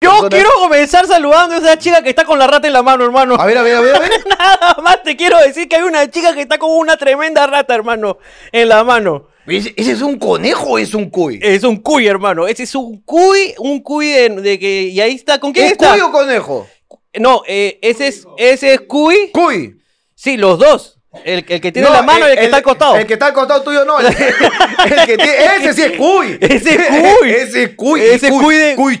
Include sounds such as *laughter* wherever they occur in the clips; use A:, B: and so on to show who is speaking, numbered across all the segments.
A: Yo quiero comenzar saludando a esa chica que está con la rata en la mano, hermano.
B: A ver, a ver, a ver, a ver.
A: *laughs* Nada más te quiero decir que hay una chica que está con una tremenda rata, hermano, en la mano.
B: ¿Ese, ese es un conejo o es un cuy?
A: Es un cuy, hermano. Ese es un cuy, un cuy de, de que. Y ahí está. ¿Con quién
B: ¿Es
A: está?
B: cuy o conejo?
A: No, eh, ese es, ese es cuy.
B: Cuy.
A: Sí, los dos. El, el que tiene
B: No,
A: la mano y el, que está al costado.
B: El que está al costado tuyo no. El,
A: *laughs*
B: el que tiene- ese sí es cuy.
A: Ese es cuy.
B: *laughs* Ese es cuy.
A: Ese
B: cuy,
A: cuy de-
B: Cuy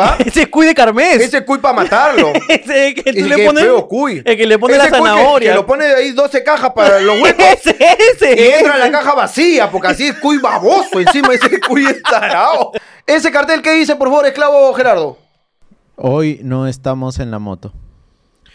A: *laughs*
B: ¿ah?
A: Ese es cuy de Carmes. *laughs*
B: Ese es cuy para matarlo.
A: Ese que tú
B: Ese
A: Este le
B: que es
A: pones.
B: feo, cuy.
A: El que le pone
B: Ese
A: la
B: cuy que-
A: zanahoria.
B: Que, lo pone ahí 12 cajas
A: *laughs*
B: para los huecos.
A: Ese, ese.
B: Y entra
A: ese.
B: en la caja vacía, porque así es cuy baboso. Encima ese cuy es tarao. Ese cartel que dice, por favor, esclavo Gerardo.
C: Hoy no estamos en la moto.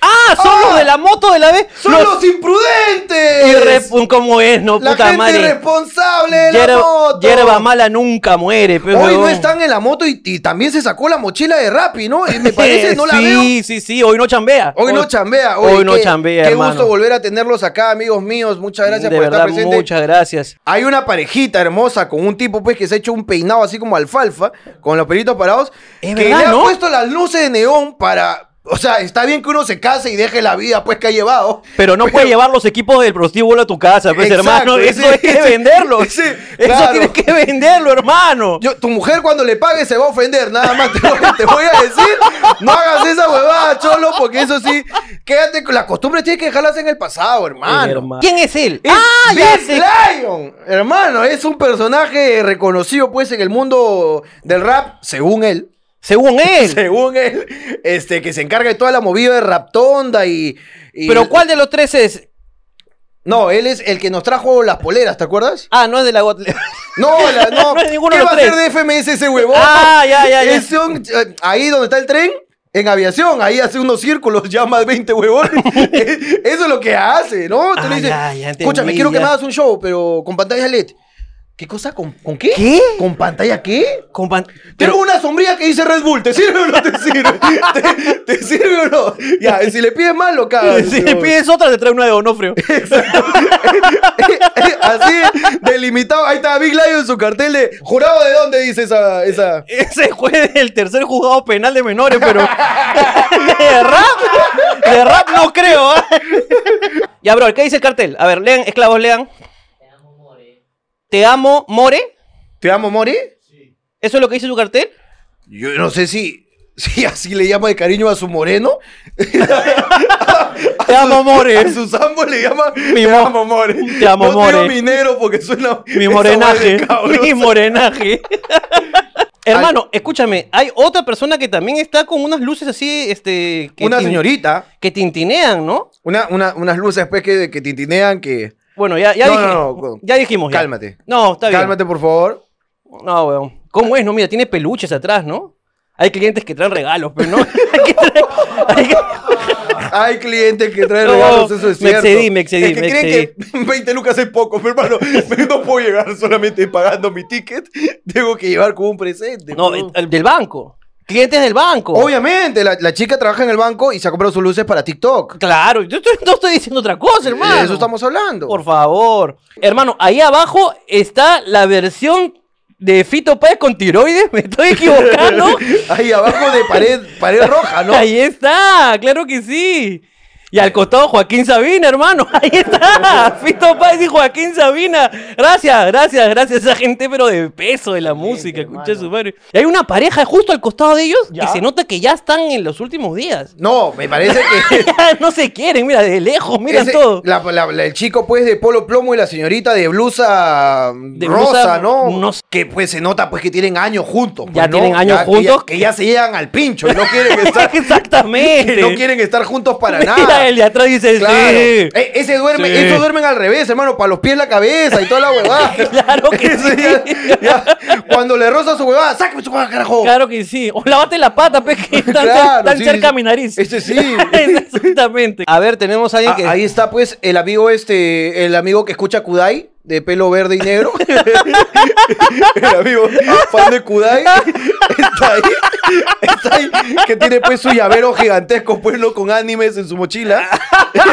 A: ¡Ah! ¡Son
B: ¡Ah!
A: los de la moto de la vez!
B: ¡Son
A: Los-
B: los imprudentes!
A: Irre- ¿Cómo es, no?
B: la
A: puta
B: gente
A: madre.
B: irresponsable de la
A: Hierba-
B: moto.
A: hierba mala nunca muere, pues, pero.
B: Hoy no están en la moto y, y también se sacó la mochila de Rappi, ¿no? Y me
A: *laughs*
B: parece, no la
A: sí,
B: veo.
A: Sí, sí, Hoy no chambea.
B: Hoy no chambea.
A: Hoy,
B: oye,
A: no
B: qué-
A: chambea,
B: Qué
A: hermano.
B: gusto volver a tenerlos acá, amigos míos. Muchas gracias
A: De
B: por
A: verdad,
B: estar presente.
A: muchas gracias.
B: Hay una parejita hermosa con un tipo pues que se ha hecho un peinado así como alfalfa, con los pelitos parados,
A: Es
B: que
A: verdad,
B: le
A: ¿no?
B: ha puesto las luces de neón para... O sea, está bien que uno se case y deje la vida pues que ha llevado.
A: Pero
B: *laughs*
A: no puedes llevar los equipos del prostíbulo a tu casa, pues,
B: Exacto,
A: hermano.
B: ese-
A: Eso hay
B: *laughs*
A: que
B: ese-
A: venderlo.
B: ese-
A: eso
B: claro.
A: tienes que venderlo, hermano.
B: Yo- tu mujer cuando le pague se va a ofender, nada más te voy, te voy a decir. No hagas esa huevada, cholo, porque eso sí, quédate con las costumbres, tienes que dejarlas en el pasado, hermano.
A: Hermano. ¿Quién es él?
B: Es
A: ¡Ah! Ya
B: Vince
A: sé.
B: Lion, hermano, es un personaje reconocido pues en el mundo del rap, según él.
A: Según él.
B: Según él, este, que se encarga de toda la movida de Raptonda y, y-
A: Pero ¿cuál de los tres es?
B: No, él es el que nos trajo las poleras, ¿te acuerdas?
A: Ah, no es de la got-
B: No, la-
A: *laughs*
B: no.
A: No es ninguno
B: ¿Qué
A: de los
B: va
A: tres.
B: a hacer de FMS ese huevón?
A: Ah, ya, ya, ya.
B: Oh, Es un- eh, ahí donde está el tren, en aviación, ahí hace unos círculos, *laughs* ya más
A: *laughs*
B: 20 huevones. Eh, Eso es lo que hace, ¿no? Tú
A: Ah,
B: le dices,
A: ya, ya entendí,
B: escúchame, quiero que
A: ya.
B: me hagas un show, pero con pantalla LED. ¿Qué cosa? ¿Con, con qué?
A: ¿Qué?
B: ¿Con pantalla qué?
A: Con pan-
B: Tengo una sombrilla que dice Red Bull, ¿te sirve o no
A: *laughs*
B: te sirve? ¿Te, te sirve o no? Ya, si le pides mal,
A: *laughs*
B: lo cagas.
A: si le
B: pero- *laughs*
A: pides otra, te trae una de Onofrio.
B: eh, Así, delimitado. Ahí está Big Lion en su cartel de jurado de dónde dice esa. esa...
A: Ese juez es el tercer juzgado penal de menores, pero. de rap. De rap no creo. ¿ah? ya, bro, ¿qué dice el cartel? A ver, lean, esclavos, lean. Te amo, More. ¿Te amo, More?
B: ¿Te amo, Mori?
A: ¿Eso es lo que dice su cartel?
B: Yo no sé si, *laughs* si así le llama de cariño a su moreno.
A: Te amo,
B: A
A: More.
B: su sambo le llama
A: Mi
B: Te
A: mo-
B: amo, More.
A: Eh. Te amo,
B: no
A: More.
B: digo minero porque suena.
A: Mi
B: esa madre
A: morenaje.
B: de *laughs* cabros.
A: Mi morenaje. Hermano, escúchame, hay otra persona que también está con unas luces así, este. que
B: Una
A: tin-
B: señorita.
A: Que tintinean, ¿no?
B: Una, una- unas luces pues que, que tintinean que.
A: Bueno, ya, ya,
B: No,
A: dije-
B: no, no, no.
A: ya dijimos. ya.
B: Cálmate.
A: No, está bien.
B: Cálmate,
A: *laughs*
B: por favor.
A: No, weón. ¿Cómo es? No, mira, tiene peluches atrás, ¿no? Hay clientes que traen regalos, pero no. *laughs* Hay que traer- hay que-
B: Hay clientes que traen
A: No,
B: regalos, eso es
A: me
B: cierto.
A: excedí, me excedí,
B: Es que
A: me
B: creen que *laughs* 20 lucas es poco, pero hermano, *laughs* no puedo llegar solamente pagando mi ticket. *laughs* Tengo que llevar como un presente.
A: No, eh,
B: pues.
A: el- del banco. Clientes del banco.
B: Obviamente, la, la chica trabaja en el banco y se ha comprado sus luces para TikTok.
A: Claro, yo estoy- no estoy diciendo otra cosa, hermano.
B: De eso estamos hablando.
A: Por favor. Hermano, ahí abajo está la versión de Fito Páez con tiroides. *laughs* Me estoy equivocando.
B: *laughs* Ahí abajo de pared, pared roja,
A: *laughs*
B: ¿no?
A: Ahí está, claro que sí. Y al costado Joaquín Sabina, hermano. *laughs* Ahí está. Fito Páez y Joaquín Sabina. Gracias, gracias, gracias a esa gente, pero de peso de la música. Escucha su madre. Y hay una pareja justo al costado de ellos que se nota que ya están en los últimos días.
B: No, me parece que.
A: *laughs* Ya no se quieren, mira, de lejos, miran
B: ese-
A: todo.
B: la- la- la- el chico, pues, de polo plomo y la señorita de blusa
A: De blusa,
B: rosa, ¿no?
A: no sé.
B: Que, pues, se nota, pues, que tienen años juntos. pues,
A: Ya
B: ¿no?
A: tienen años
B: Ya- que
A: juntos.
B: ya- Que ya, se llegan al pincho y no
A: *laughs*
B: quieren estar,
A: Exactamente.
B: no quieren estar juntos para
A: Mira,
B: nada.
A: el de atrás dice,
B: Claro.
A: sí.
B: E- ese duerme,
A: Sí.
B: esos duermen al revés, hermano, para los pies la cabeza y toda la huevada.
A: *laughs* Claro que
B: *laughs* Eso
A: sí.
B: ya- ya- cuando le roza su huevada, sáqueme su huevada, carajo.
A: Claro que sí. O lávate la pata, pe, que tan,
B: oh. Claro,
A: tan
B: sí,
A: cerca
B: sí.
A: a mi nariz.
B: Ese sí.
A: *laughs* Exactamente. A ver, tenemos a alguien
B: Ah,
A: que.
B: ahí está pues el amigo este, el amigo que escucha Kudai de pelo verde y negro. *laughs* el amigo, fan de Kudai, está ahí, está ahí, que tiene pues su llavero gigantesco, pues, ¿no? con animes en su mochila. *laughs* Es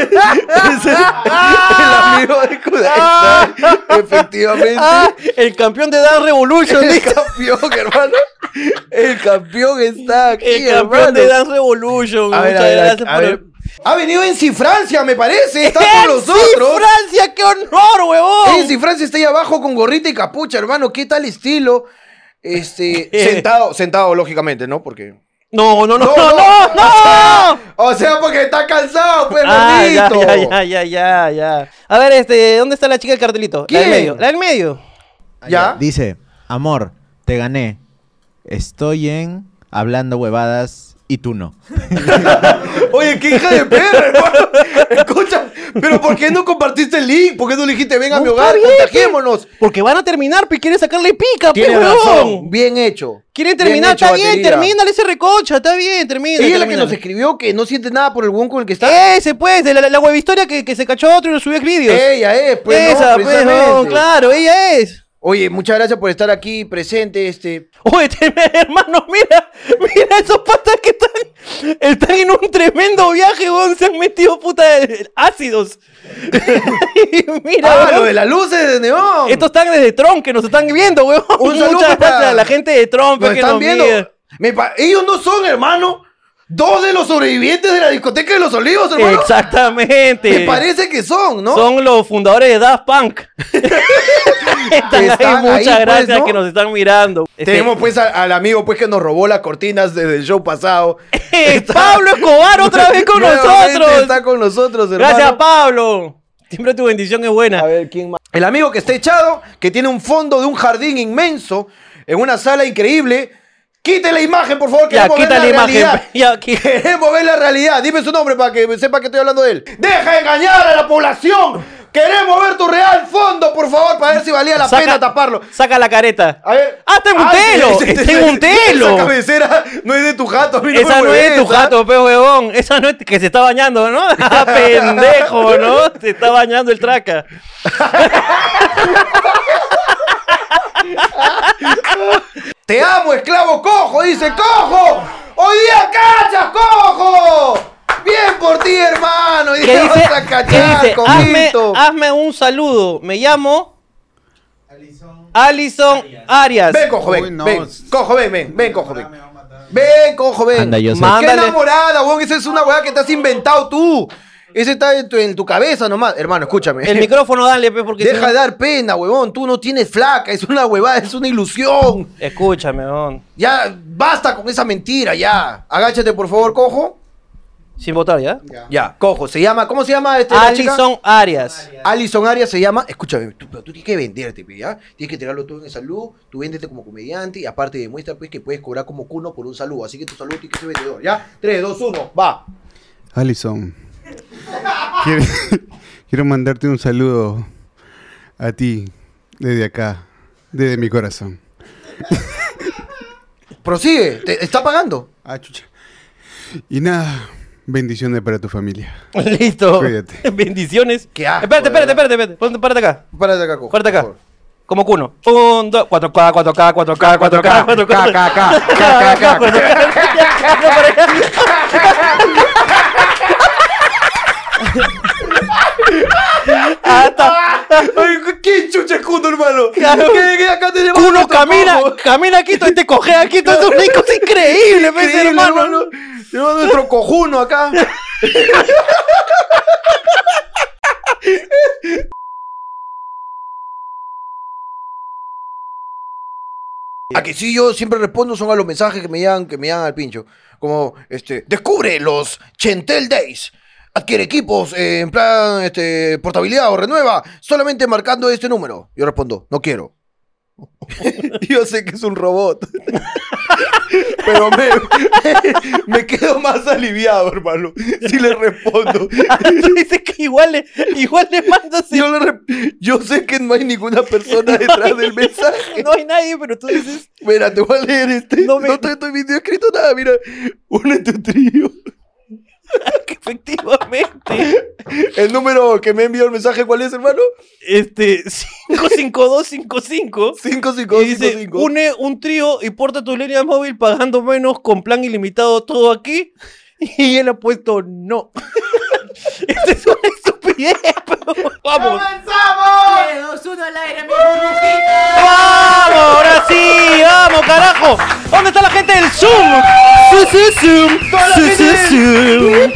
B: el, el amigo de Kudai, está ahí, efectivamente.
A: ¡Ah! El campeón de Dance Revolution,
B: *laughs* El
A: dice.
B: campeón, hermano. El campeón está aquí,
A: El campeón
B: hermano.
A: de Dance Revolution.
B: A ver,
A: Muchas
B: a ver, a
A: gracias por
B: ver.
A: el-
B: Ha venido en si Francia, me parece. Está
A: ¡Eh,
B: con
A: ¡Sí,
B: nosotros.
A: Francia! ¡Qué honor, huevón!
B: Enzi Francia está ahí abajo con gorrita y capucha, hermano. ¿Qué tal estilo?
A: *laughs*
B: Este, sentado, sentado, lógicamente, ¿no? Porque.
A: No, no, no, no, no, no.
B: O sea, porque está cansado, pues,
A: Ah, ya,
B: gordito.
A: ya, ya, ya, ya, ya. A ver, este, ¿dónde está la chica del cartelito? La
B: ¿Quién?
A: del medio. La del medio.
B: ¿Ya?
C: Dice, amor, te gané. Estoy en hablando huevadas y tú no.
B: Oye, qué hija de perra, hermano. Escucha, pero ¿por qué no compartiste el link? ¿Por qué no le dijiste, venga a mi
A: No,
B: hogar,
A: está bien,
B: contagiémonos?
A: Porque van a terminar, pues quieren sacarle pica, pe,
B: Tienes
A: huevón.
B: razón. Bien hecho.
A: Quieren terminar,
B: hecho,
A: está bien,
B: batería.
A: termínale ese recocha, está bien, termina.
B: Ella es la que
A: termínale.
B: nos escribió que no siente nada por el huevón con el que está.
A: Ese, pues, de la, la, huevistoria que, que se cachó otro y lo subió a vídeos.
B: Ella es, pues, ¿no?
A: Esa, pues, no,
B: Precisamente.
A: claro, ella es.
B: Oye, muchas gracias por estar aquí presente, este.
A: Oye, *laughs* te- hermano, mira, mira esos patas que están, están en un tremendo viaje, weón, se han metido puta eh, ácidos. *laughs* Y mira,
B: Ah,
A: weón,
B: lo de las luces de neón.
A: estos están desde Trump que nos están viendo, weón.
B: Un saludo
A: Muchas
B: para-
A: gracias a la gente de Trump
B: Nos
A: que
B: están
A: nos
B: viendo.
A: mira.
B: Me pa- Ellos no son, hermano. Dos de los sobrevivientes de la discoteca de los olivos, hermano.
A: Exactamente.
B: Me parece que son, ¿no?
A: Son los fundadores de Daft Punk. *laughs* Están ahí,
B: Están ahí,
A: muchas
B: pues,
A: gracias
B: ¿no?
A: que nos están mirando. Este,
B: Tenemos pues a- al amigo pues que nos robó las cortinas desde el show pasado.
A: *laughs* *laughs*
B: Está-
A: Pablo Escobar otra vez con
B: Nuevamente
A: nosotros.
B: Está con nosotros, hermano.
A: Gracias, Pablo. Siempre tu bendición es buena.
B: A ver, ¿quién más? El amigo que está echado, que tiene un fondo de un jardín inmenso, en una sala increíble. Quite la imagen, por favor,
A: Ya,
B: queremos ver
A: quita
B: la,
A: la imagen.
B: realidad.
A: *laughs* Ya, qui-
B: Queremos ver la realidad. Dime su nombre para que sepa que estoy hablando de él. ¡Deja de engañar a la población! Queremos ver tu real fondo, por favor, para ver si valía la
A: Saca-
B: pena taparlo.
A: Saca la careta.
B: A ver.
A: ¡Ah, está en un
B: Ah,
A: telo!
B: ese-
A: ¡Está en un
B: Esa
A: telo!
B: cabecera no es de tu jato. a mí
A: Esa
B: me
A: no es tu
B: molesta.
A: jato, pe huevón. Esa no es que se está bañando, ¿no? *laughs* Ah, pendejo, ¿no? Se está bañando el traca.
B: Te amo, esclavo cojo, dice cojo. Hoy día cachas, cojo. Bien por ti, hermano. Y
A: ¿Qué
B: te
A: dice?
B: vas a
A: ¿Qué
B: cachar,
A: dice? Hazme,
B: cojito.
A: hazme un saludo. Me llamo Alison Arias.
B: Ven, cojo, ven.
C: Uy, no.
B: ven. Cojo, ven, ven, ven, cojo, ven. Ven, cojo, ven.
C: Anda, yo sé.
B: Qué
A: Mándale.
B: enamorada, weón. Esa es una weá que te has inventado tú. Ese está en tu, en tu cabeza nomás. Hermano, escúchame.
A: El micrófono, dale, pe, porque. si
B: Deja
A: no-
B: de dar pena, huevón. Tú no tienes flaca. Es una huevada, es una ilusión.
A: Escúchame, huevón.
B: Ya, basta con esa mentira, ya. Agáchate, por favor, cojo.
A: Sin votar, ¿ya?
B: Ya, cojo. Se llama, ¿cómo se llama este? la chica?
A: Alison Arias.
B: Alison Arias se llama, escúchame, tú, pero tú tienes que venderte, pe, ¿ya? Tienes que entregarlo todo en salud, tú véndete como comediante y aparte demuestra pues que puedes cobrar como cuno por un saludo, así que tu saludo tiene que ser vendedor, ¿ya? 3, 2, 1, va.
D: Alison, quiero, *laughs* quiero mandarte un saludo a ti desde acá, desde mi corazón.
B: Prosigue, te está pagando.
D: Ah, chucha. Y nada, bendiciones para tu familia.
A: *laughs* Listo. *laughs*
D: Cuídate.
A: Bendiciones.
B: Qué asco,
A: espérate,
B: de
A: espérate,
B: verdad.
A: espérate, espérate. Ponte- Párate acá.
B: Párate acá, cojo.
A: Párate
B: por
A: acá.
B: favor.
A: Como cuno. Un, dos, 4K, 4K, 4K, 4K, 4K.
D: Acá, acá, acá, acá, acá.
A: *laughs*
B: Ay, ¿Qué chucha es cuno, hermano?
A: Claro.
B: ¿Qué, qué acá te llevas
A: Uno
B: nuestro
A: camina,
B: cojo?
A: camina Quito y te cogea Quito. *laughs* Es una cosa increíble, pues,
B: Increíble,
A: hermano. *laughs*
B: Llevamos nuestro cojuno acá. *laughs* A que sí, yo siempre respondo son a los mensajes que me llegan, que me llegan al pincho. Como, este, descubre los Chentel Days. Adquiere equipos eh, en plan este, portabilidad o renueva solamente marcando este número. Yo respondo, no quiero. *laughs* yo sé que es un robot. Pero me, *laughs* me quedo más aliviado, hermano. Si
A: *laughs*
B: le respondo.
A: Tú dices que igual le, igual le mandas.
B: Yo, le re- yo sé que no hay ninguna persona detrás del mensaje.
A: No hay nadie, pero tú dices. *laughs*
B: Mira, te voy a leer este.
A: No
B: No,
A: me-
B: te estoy viendo escrito nada, mira. Únete a un trío.
A: "Ah, Efectivamente.
B: El número que me envió el mensaje, ¿cuál es, hermano?
A: Este, *laughs* 55255. Y dice,
B: 5555.
A: une un trío y porta tu línea móvil pagando menos con plan ilimitado todo aquí. *laughs* Y él ha puesto no. *laughs* Esta es una estupidez, pero vamos.
E: ¡Tres, dos, uno al aire, mi burbujita!
A: ¡Vamos! ¡Ahora sí! ¡Vamos, carajo! ¿Dónde está la gente del Zoom? Su, su, Zoom. Su, su, Zoom.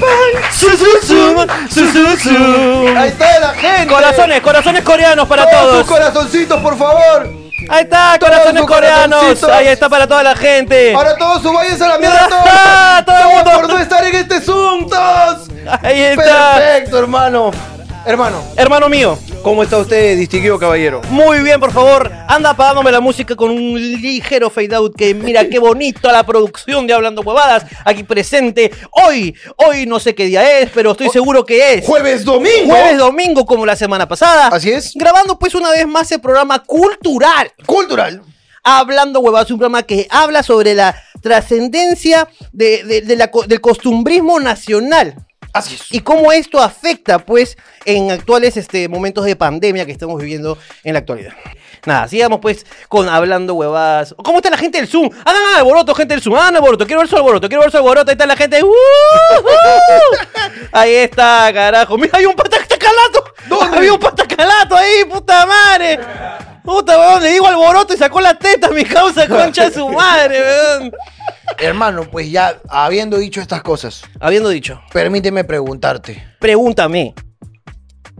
A: Su, su, Zoom. Su, su, Zoom.
B: Ahí está la gente.
A: Corazones, corazones coreanos para
B: Todos
A: todos. Eh.
B: sus corazoncitos, por favor.
A: Ahí está, corazones
B: sus
A: coreanos.
B: corazoncitos.
A: Ahí está para toda la gente.
B: Ahora todos su váyanse a la
A: Ya
B: mierda todos.
A: está, *laughs* todo el
B: Todos
A: mundo.
B: por no estar en este Zoom, todos.
A: Ahí está.
B: Perfecto, hermano. Hermano,
A: Hermano mío,
B: ¿cómo está usted, distinguido caballero?
A: muy bien, por favor. Anda apagándome la música con un ligero fade out. Que mira qué bonito la producción de Hablando Huevadas aquí presente. Hoy, hoy no sé qué día es, pero estoy seguro que es.
B: Oh, Jueves, domingo.
A: Jueves, domingo, como la semana pasada.
B: Así es.
A: Grabando pues una vez más el programa cultural.
B: Cultural.
A: Hablando Huevadas, un programa que habla sobre la trascendencia de- de- de la co- del costumbrismo nacional.
B: Así es.
A: y cómo esto afecta, pues, en actuales este, momentos de pandemia que estamos viviendo en la actualidad. Nada, sigamos pues con hablando huevadas. ¿Cómo está la gente del Zoom? Hagan alboroto, gente del Zoom. Hagan alboroto. Quiero ver su alboroto. Quiero ver su alboroto. Ahí está la gente. ¡Woo! *laughs* Ahí está, carajo. Mira, hay un pata que está calato.
B: ¿Dónde?
A: Había un pata calato ahí, puta madre. Puta, weón. Le digo alboroto y sacó la teta, mi causa, concha de su madre, weón.
B: Hermano, pues ya habiendo dicho estas cosas,
A: Habiendo dicho,
B: permíteme preguntarte,
A: pregúntame.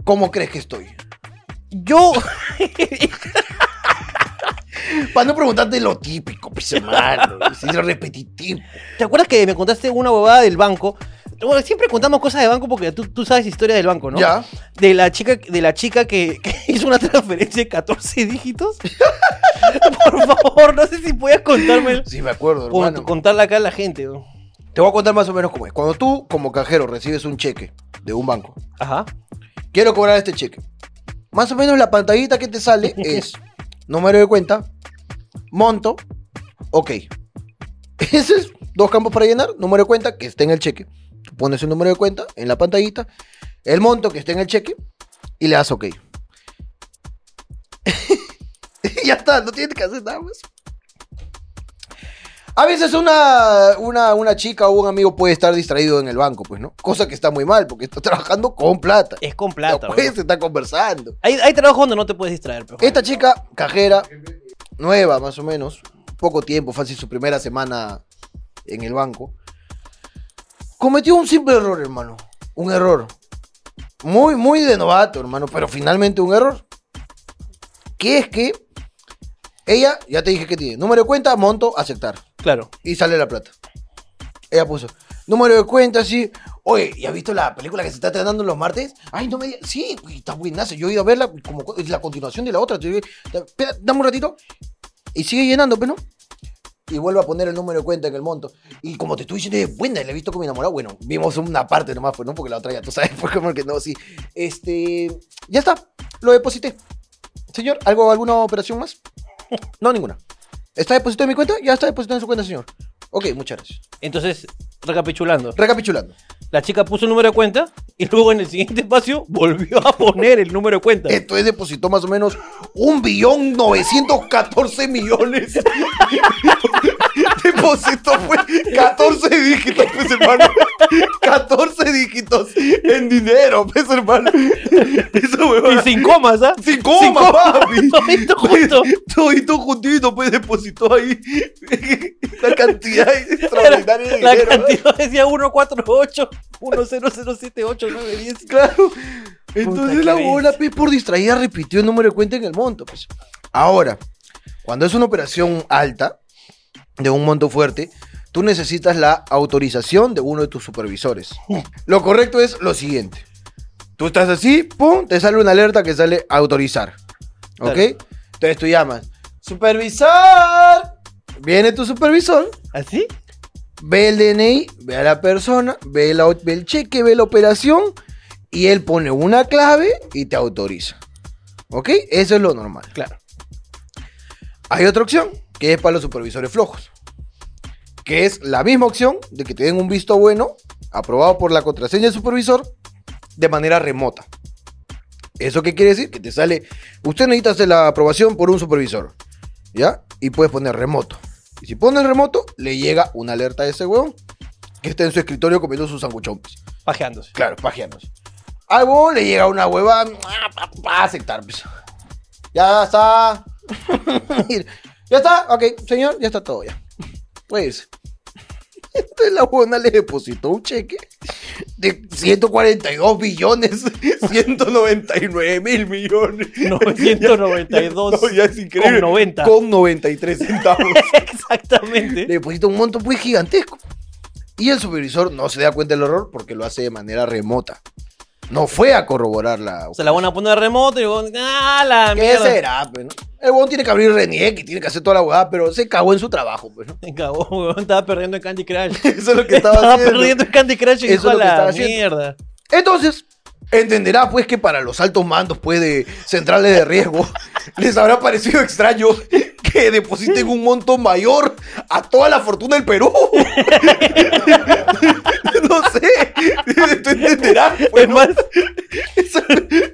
B: ¿cómo crees que estoy?
A: Yo.
B: Para no preguntarte lo típico, pues hermano, *laughs* es lo repetitivo.
A: ¿Te acuerdas que me contaste una bobada del banco? Bueno, siempre contamos cosas de banco porque tú, tú sabes historia del banco, ¿no?
B: Ya.
A: De la chica, de la chica que, *laughs* que hizo una transferencia de 14
B: *laughs*
A: dígitos. Por favor, no sé si puedes contarme.
B: Sí, me acuerdo,
A: Por
B: hermano.
A: contarla acá a la gente. ¿no?
B: Pues, Te voy a contar más o menos cómo es. Cuando tú, como cajero, recibes un cheque de un banco,
A: Ajá.
B: quiero cobrar este cheque. Más o menos la pantallita que te sale es número de cuenta, monto, ok. *laughs* Esos dos campos para llenar, número de cuenta que esté en el cheque. Tú pones el número de cuenta en la pantallita, el monto que esté en el cheque y le das ok. *laughs* ya está, no tienes que hacer nada más. A veces una, una, una chica o un amigo puede estar distraído en el banco, pues, ¿no? Cosa que está muy mal, porque está trabajando con plata.
A: Es con
B: No
A: plata.
B: puedes
A: ¿no?
B: estar conversando.
A: Hay, hay trabajos donde no te puedes distraer, pero.
B: Esta chica, cajera, nueva más o menos, poco tiempo, fácil su primera semana en el banco, cometió un simple error, hermano. Un error. Muy, muy de novato, hermano, pero finalmente un error. Que es que ella, ya te dije que tiene, número de cuenta, monto, aceptar.
A: Claro.
B: Y sale la plata. Ella puso, número de cuenta, sí. Oye, ¿y has visto la película que se está estrenando los martes? Ay, no me digas. Sí, uy, está buenaza. Yo he ido a verla como co- es la continuación de la otra. Te- espera, Dame un ratito. Y sigue llenando, pero no. Y vuelve a poner el número de cuenta en el monto. Y como te estoy diciendo, es buena, la he visto con mi enamorado. Bueno, vimos una parte nomás, pues no, porque la otra ya tú sabes, *laughs* pues como que no, sí. Este, ya está, lo deposité. Señor, ¿algo, alguna operación más? No, ninguna. ¿Está depositado en mi cuenta? Ya está depositado en su cuenta, señor. Ok, muchas gracias.
A: Entonces, recapitulando.
B: Recapitulando.
A: La chica puso el número de cuenta y luego en el siguiente espacio volvió a poner el número de cuenta.
B: Esto es depositó más o menos un billón 914 millones. *laughs* depositó pues 14 dígitos, pues hermano. 14 dígitos en dinero, pues hermano. Eso
A: Y
B: huevón.
A: sin comas, ¿ah?
B: Sin
A: *laughs*
B: coma, papi.
A: Todito junto.
B: Todito juntito, pues depositó ahí *laughs* la cantidad
A: Era
B: extraordinaria de
A: la
B: dinero. ¿no?
A: cantidad decía 148 10
B: *laughs* Claro. Entonces
A: qué
B: la
A: bestia.
B: bola, pues, por distraída, repitió el número de cuenta en el monto. Pues. Ahora, cuando es una operación alta, de un monto fuerte, tú necesitas la autorización de uno de tus supervisores. Lo correcto es lo siguiente. Tú estás así, pum, te sale una alerta que sale autorizar. ¿Ok?
A: Claro.
B: Entonces tú llamas, ¡Supervisor! Viene tu supervisor,
A: ¿Así?
B: ve el DNI, ve a la persona, ve, la- ve el cheque, ve la operación y él pone una clave y te autoriza. ¿Ok? Eso es lo normal.
A: Claro.
B: Hay otra opción que es para los supervisores flojos, que es la misma opción de que te den un visto bueno aprobado por la contraseña del supervisor de manera remota. ¿Eso qué quiere decir? Que te sale. Usted necesita hacer la aprobación por un supervisor. ¿Ya? Y puedes poner remoto. Y si pones remoto, le llega una alerta a ese huevón que está en su escritorio comiendo sus sanguchones. *laughs*
A: Pajeándose.
B: Claro, pajeanos. Al huevón le llega una hueva ah, a aceptar. pues. Ya está. *laughs* ya está, ok, señor, ya está todo ya. Pues. *laughs* Entonces la huevona le depositó un cheque de 142 billones, *laughs* 199 mil millones.
A: 992
B: No, *laughs* ya es increíble.
A: con 90.
B: Con 93 centavos.
A: Exactamente.
B: Le deposita un monto muy gigantesco. Y el supervisor no se da cuenta del error porque lo hace de manera remota. No fue a corroborar la.
A: Se la van a poner remoto y luego, ah, la
B: ¿Qué
A: mierda.
B: será, pues, no? El huevón tiene que abrir Reniec y tiene que hacer toda la huevada, pero se cagó en su trabajo, pues, ¿no? *laughs*
A: *laughs* Se cagó, weón, estaba perdiendo en Candy Crush.
B: Eso es lo que estaba, haciendo.
A: perdiendo en Candy Crush y
B: Eso es
A: dijo
B: lo que
A: la
B: estaba haciendo". *laughs*
A: mierda.
B: Entonces, entenderá pues que para los altos mandos pues de centrales de riesgo *laughs* les habrá parecido extraño que depositen un monto mayor a toda la fortuna del Perú. *laughs* no sé, tú entenderás. pues,
A: es
B: ¿no?
A: más,
B: Eso-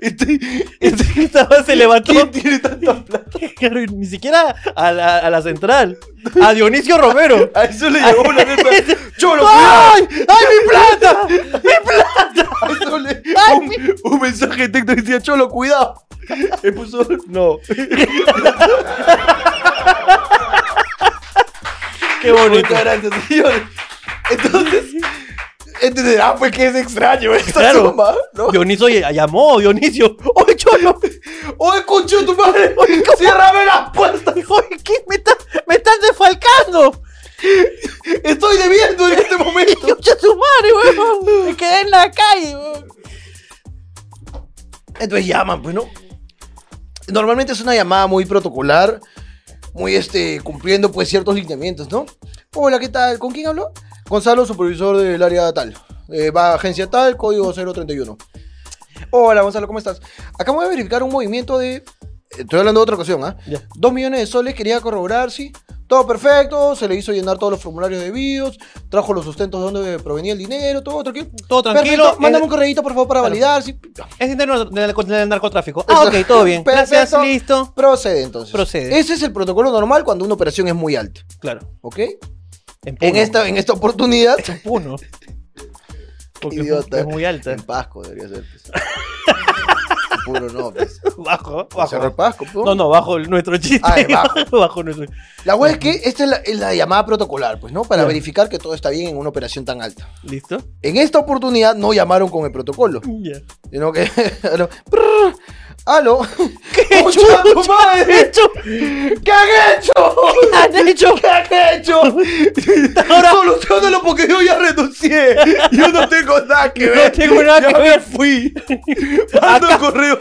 B: este-
A: este que estaba, se levantó.
B: ¿Quién tiene tanta plata?
A: *laughs* Claro, y ni siquiera a la, a la central. A Dionisio Romero.
B: A eso le llegó
A: *laughs*
B: una letra. ¡Cholo, cuidado!
A: ¡Ay! ¡Ay, mi plata!
B: *laughs* A eso le- un, un mensaje de texto que decía, Cholo, cuidado. Le puso, no.
A: ¡Qué bonito!
B: Muchas gracias, señores. Entonces, entenderá pues que es extraño esta
A: Claro.
B: suma, ¿no?
A: Dionisio ll- llamó, Dionisio. ¡Oye, cholo!
B: ¡Oye, concho de tu madre! ¡Ciérrame las puertas!
A: ¡Oye, qué! ¡Me, está- me estás desfalcando!
B: ¡Estoy debiendo en
A: *laughs*
B: este momento!
A: ¡Escucha su madre, weón! ¡Me quedé en la calle, weón!
B: Entonces llaman, pues, ¿no? Normalmente es una llamada muy protocolar, muy, este, cumpliendo, pues, ciertos lineamientos, ¿no? Hola, ¿qué tal? ¿Con quién habló? Gonzalo, supervisor del área tal. Eh, va a agencia tal, código 031. Hola, Gonzalo, ¿cómo estás? Acabo de verificar un movimiento de... eh, Estoy hablando de otra ocasión, ¿ah?
A: Ya.
B: Dos millones de soles, quería corroborar, sí. Todo perfecto, se le hizo llenar todos los formularios debidos, trajo los sustentos de donde provenía el dinero, todo tranquilo.
A: Todo tranquilo,
B: Perfecto, mándame
A: es-
B: un correíto, por favor, para
A: Claro.
B: validar. sí.
A: Es interno del narco- del narcotráfico. Ah, ok, todo bien.
B: Perfecto.
A: Gracias, listo.
B: Procede entonces.
A: Procede.
B: Ese es el protocolo normal cuando una operación es muy alta.
A: Claro.
B: ¿Ok? En
A: Puno.
B: esta, en esta oportunidad.
A: *laughs* En Puno. Porque es mu-
B: idiota.
A: es muy
B: *laughs*
A: alta.
B: En Pasco debería ser. pues. Puro no. pues.
A: *laughs* Bajo,
B: Cerro de
A: bajo.
B: Pasco. pues.
A: No, no, bajo el- nuestro chiste.
B: Ah, es bajo.
A: *laughs* bajo nuestro
B: La web es que esta es la, es la llamada protocolar, pues, ¿no? Para
A: Ya.
B: verificar que todo está bien en una operación tan alta.
A: ¿Listo?
B: *laughs* En esta oportunidad no llamaron con el protocolo,
A: Ya.
B: sino que. *laughs* Prr, ¡Aló!
A: *laughs* ¿Qué
B: ¡Concha de tu madre! ¿Qué han hecho?
A: han hecho?
B: ¿Qué has hecho?
A: *laughs* Ahora-
B: Solucionalo porque yo ya renuncié. Yo no tengo nada que ver.
A: *laughs* No tengo nada que
B: Ya
A: ver. *laughs* Fui.
B: Mando el correo.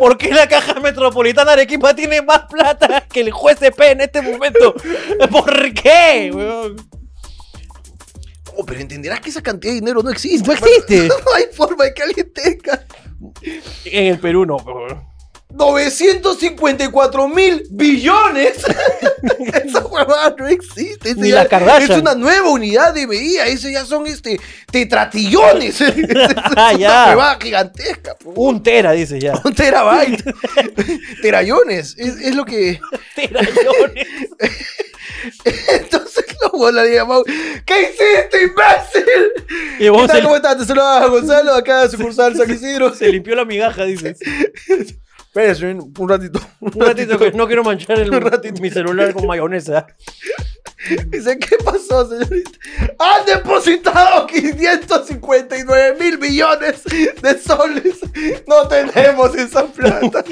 A: ¿Por qué la caja metropolitana de Arequipa tiene más plata que el juez CP en este momento? *laughs* ¿Por qué? weón?
B: Oh, pero entenderás que esa cantidad de dinero no existe.
A: No existe.
B: *laughs* No hay forma de que alguien tenga.
A: En el Perú no. weón.
B: 954 mil billones. *laughs* Esa huevada no existe. Ese
A: Ni
B: ya-
A: la Kardashian.
B: Es una nueva unidad de medida. Eso ya son este tetratillones. *laughs* Esa
A: *laughs*
B: es
A: Ya.
B: una huevada gigantesca. pues. po.
A: Un tera, dice
B: *laughs*
A: ya.
B: Un terabyte.
A: *laughs*
B: Terayones. Es, es lo que. *laughs*
A: Tera, millones.
B: Entonces la bola le llamó. ¿Qué hiciste, imbécil?
A: Y vos
B: ¿Qué tal?
A: el-
B: ¿Cómo estás? Te saluda Gonzalo, acá de
A: *laughs*
B: sucursal San Isidro.
A: Se limpió la migaja, dices.
B: Espérense un un ratito.
A: Un
B: *laughs*
A: ratito pues. que no quiero manchar el,
B: Un ratito.
A: mi celular con
B: *laughs*
A: mayonesa. *laughs*
B: Dice, ¿qué pasó, señorita? Han depositado 559 mil millones de soles. No tenemos esa
A: *laughs*
B: plata.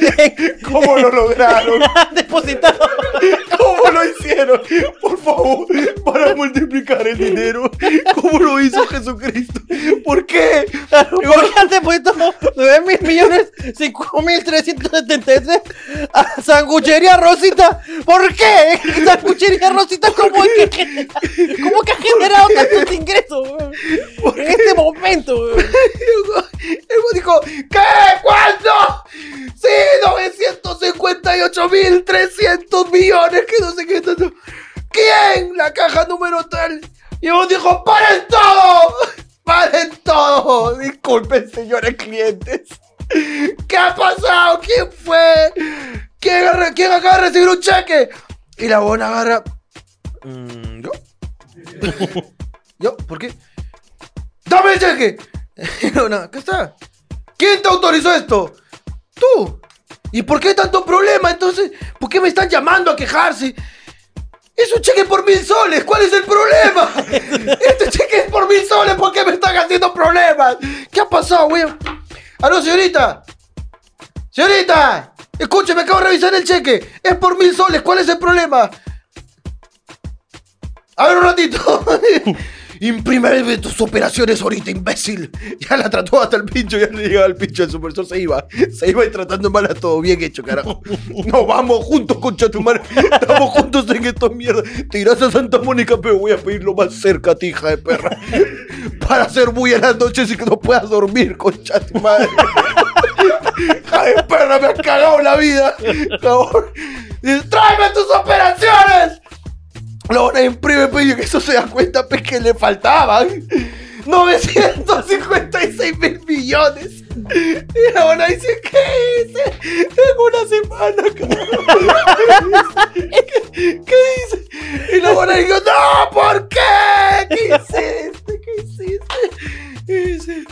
B: ¿Cómo lo lograron?
A: Han depositado.
B: ¿Cómo lo hicieron? Por favor, para multiplicar el dinero. ¿Cómo lo hizo Jesucristo? ¿Por qué?
A: ¿Por qué han depositado 9 mil millones 5 mil 373 a Sanguchería Rosita? ¿Por qué? *laughs* Sanguchería Rosita, ¿cómo, es que, ¿cómo que ha generado tantos ingresos? weón? En este momento, weón.
B: *laughs* El güey dijo, ¿qué? ¿Cuándo? Sí, 958.300 millones, que no sé qué tanto. ¿Quién? La caja número tal. Y el güey dijo, ¡paren todo! *laughs* paren todo. Disculpen, señores clientes. *laughs* ¿Qué ha pasado? ¿Quién fue? ¿Quién, agarra- quién acaba de recibir un cheque? Y la buena agarra. "Mm, ¿Yo? ¿Yo? ¿Por qué? ¡Dame el cheque! *laughs* Y la buena, ¿Qué está? ¿Quién te autorizó esto? ¡Tú! ¿Y por qué tanto problema entonces? ¿Por qué me están llamando a quejarse? Es un cheque por mil soles, ¿cuál es el problema? este cheque es por mil soles, ¿por qué me están haciendo problemas? ¿Qué ha pasado, güey? Ah, no, señorita. Señorita, escúcheme, acabo de revisar el cheque. Es por mil soles, ¿cuál es el problema? A ver un ratito. *laughs* Imprime tus operaciones ahorita, imbécil. Ya la trató hasta el pincho, ya le llegaba al pincho, el supervisor se iba. Se iba y tratando mal a todo, bien hecho, carajo. No, vamos juntos, concha tu madre. Estamos juntos en esta mierda. Te irás a Santa Mónica, pero voy a pedirlo más cerca a ti, hija de perra. Para hacer bulla en las noches y que no puedas dormir, concha tu madre. Ay, perra, me has cagado la vida. Por favor. ¡Tráeme tus operaciones! Lo van a imprimir, pues, y que eso se da cuenta, pues, que le faltaban 956 mil millones. Y la van a decir, ¿qué hice? En una semana, *laughs* cabrón. ¿Qué, qué hice? Y la van a decir, no, ¿por qué? ¿Qué hiciste? ¿Qué hiciste? Y dice,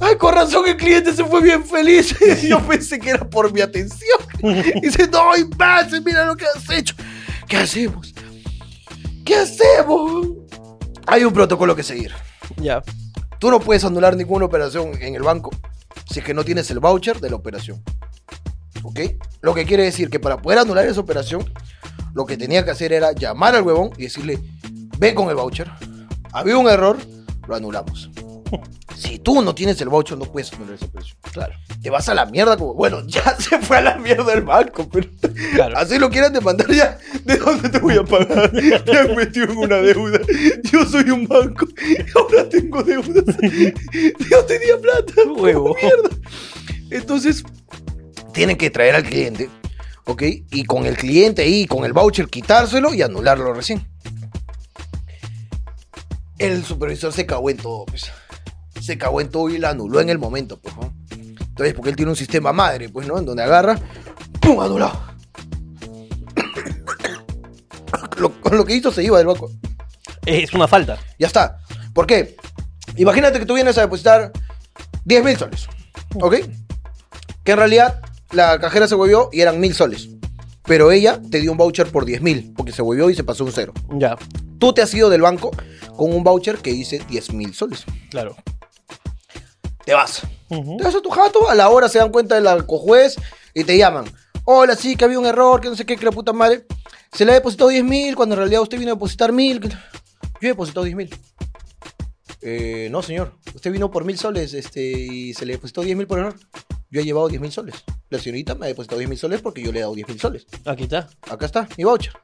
B: Ay, con razón el cliente se fue bien feliz. *laughs* Y yo pensé que era por mi atención. Y dice, no, imbécil, mira lo que has hecho. ¿Qué hacemos? ¿Qué hacemos? Hay un protocolo que seguir.
A: Ya.
B: Tú no puedes anular ninguna operación en el banco si es que no tienes el voucher de la operación. ¿Ok? Lo que quiere decir que para poder anular esa operación, lo que tenía que hacer era llamar al huevón y decirle, ven con el voucher. Había un error, lo anulamos. Si tú no tienes el voucher, no puedes anular esa operación. Claro. Te vas a la mierda como, bueno, *laughs* ya se fue a la mierda el banco, pero
A: Claro.
B: así lo quieran demandar ya, ¿de dónde te voy a pagar? Me han metido en una deuda. Yo soy un banco y ahora tengo deudas. Yo tenía plata. ¿cómo
A: Huevo.
B: mierda? Entonces, tienen que traer al cliente, ¿ok? Y con el cliente ahí, con el voucher, quitárselo y anularlo recién. El supervisor se cagó en todo, pues. Se cagó en todo y la anuló en el momento, pues, ¿no? Entonces, porque él tiene un sistema madre, pues, ¿no? En donde agarra, ¡pum! Anulado. Lo- con lo que hizo se iba del banco.
A: Es una falta.
B: Ya está. ¿Por qué? Imagínate que tú vienes a depositar 10 mil soles. ¿Ok? Que en realidad la cajera se huevió y eran mil soles. Pero ella te dio un voucher por 10 mil porque se huevió y se pasó un cero.
A: Ya,
B: Tú te has ido del banco con un voucher que dice 10 mil soles.
A: claro.
B: Te vas.
A: Ujú.
B: Te vas a tu jato, a la hora se dan cuenta del alcojuez y te llaman. Hola, sí, que había un error, que no sé qué, que la puta madre. Se le ha depositado 10 mil cuando en realidad usted vino a depositar mil. Yo he depositado 10 mil. Eh, no, señor. Usted vino por mil soles este, y se le depositó 10 mil por error. Yo he llevado 10 mil soles. La señorita me ha depositado 10 mil soles porque yo le he dado 10 mil soles.
A: Aquí está. *laughs*
B: Acá está, mi voucher.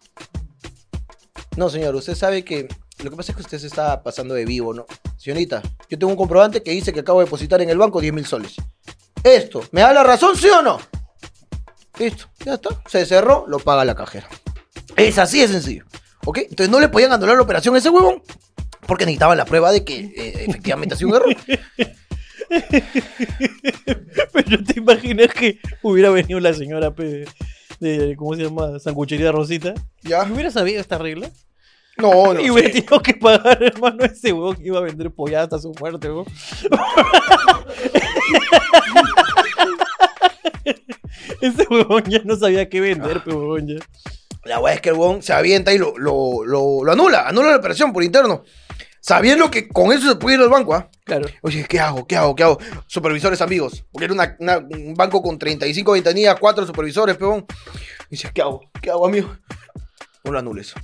B: No, señor, usted sabe que lo que pasa es que usted se está pasando de vivo, ¿no? Señorita, yo tengo un comprobante que dice que acabo de depositar en el banco 10 mil soles. Esto, ¿me da la razón, sí o no? Listo, ya está. Se cerró, lo paga la cajera. Es así de sencillo. ¿Ok? Entonces no le podían anular la operación a ese huevón porque necesitaban la prueba de que eh, efectivamente ha sido un error.
A: Pero te imaginas que hubiera venido la señora pe, de, ¿cómo se llama? Sanguchería Rosita.
B: ¿Ya?
A: ¿Y Ah, hubiera sabido esta regla?
B: No, no.
A: y hubiera tenido que pagar, hermano, ese huevón que iba a vender pollada hasta su muerte, huevón. *laughs* ese huevón ya no sabía qué
B: Ah.
A: vender, pe, huevón, ya.
B: La weá es que el huevón se avienta y lo, lo, lo, lo anula, anula la operación por interno. Sabiendo que con eso se puede ir al banco, ¿ah?
A: Claro.
B: Oye, ¿qué hago? ¿Qué hago? ¿Qué hago? Supervisores amigos. Porque era una- una- un banco con 35 ventanillas, cuatro supervisores, peón. Dice, ¿qué hago? ¿Qué hago, amigo? No lo anules.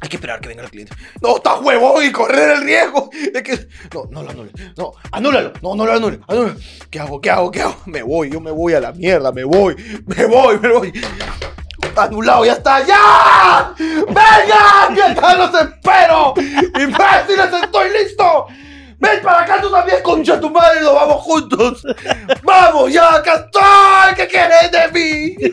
B: Hay que esperar que venga el cliente. No, está huevón y correr el riesgo. Es que. No, no lo anules. No, anúlalo. No, no lo anules. Anúlalo. ¿Qué hago? ¿Qué hago? ¿Qué hago? Me voy, yo me voy a la mierda, me voy, me voy, me voy. Anulado, ya está, ya. ¡Vengan! ¡Ya está, los espero! ¡Imbéciles, estoy listo! ¡Ven para acá tú también, concha tu madre! ¡Nos vamos juntos! ¡Vamos, ya! ¡Acá estoy! ¿Qué quieres de mí?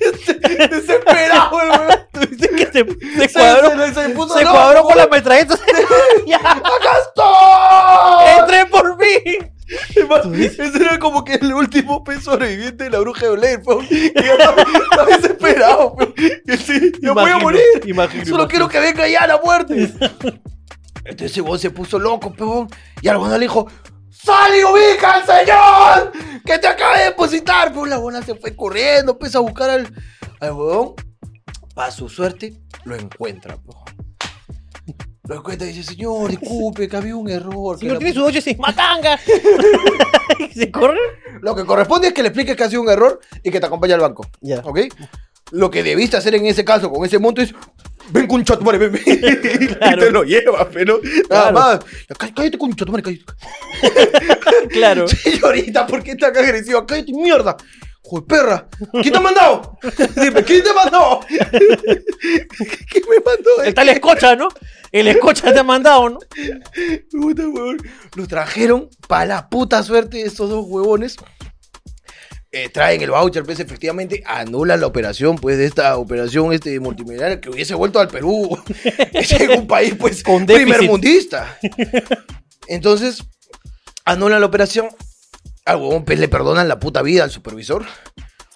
B: Este, Desesperado, weón.
A: Tuviste que se,
B: *laughs*
A: se
B: Se-
A: cuadró,
B: se- se puso
A: se
B: loco,
A: cuadró con la
B: weón.
A: metralleta. Ya.
B: ¡Acá estoy!
A: Entre
B: Ese era como que el último pez sobreviviente de la bruja de Blair, fue. Y yo estaba, estaba desesperado, fue. Y sí, *laughs* yo voy a
A: Imagino,
B: morir.
A: imagino,
B: Solo
A: imagino.
B: quiero que venga ya la muerte. Entonces ese weón se puso loco, peón. Y al weón le dijo, ¡Sal y ubica al señor! ¡Que te acabe de depositar! Pues la buena se fue corriendo, empieza a buscar al, al weón. Para su suerte, lo encuentra, peón. Lo encuentra y dice, señor, disculpe, que había un error. que
A: Señor,
B: la
A: tiene sus ocho, sí.
B: *laughs*
A: ¡Matanga! Y se corre.
B: Lo que corresponde es que le expliques que ha sido un error y que te acompañe al banco.
A: Ya.
B: ¿Ok? Lo que debiste hacer en ese caso con ese monto es. Ven con chatumare, ven, ven.
A: *laughs* Claro.
B: Y te lo llevas, pero. Nada
A: Claro.
B: más. Ya, cá- cállate con chatumare, cállate. *laughs*
A: Claro.
B: Señorita, ¿por qué estás agresiva? Cállate, mierda. Joder, perra. ¿Quién te ha mandado? *laughs* Dime, ¿quién te mandó? *laughs* ¿Quién me mandó?
A: Está el escocha, ¿no? El escocha te ha mandado, ¿no? *laughs*
B: Puta, huevón. Los trajeron para la puta suerte estos dos huevones. Eh, traen el voucher, pues efectivamente anulan la operación, pues de esta operación este multimillonaria que hubiese vuelto al Perú. *laughs* Es en un país, pues,
A: *laughs* Con déficit.
B: primermundista. Entonces, anulan la operación. Al huevón, pues le perdonan la puta vida al supervisor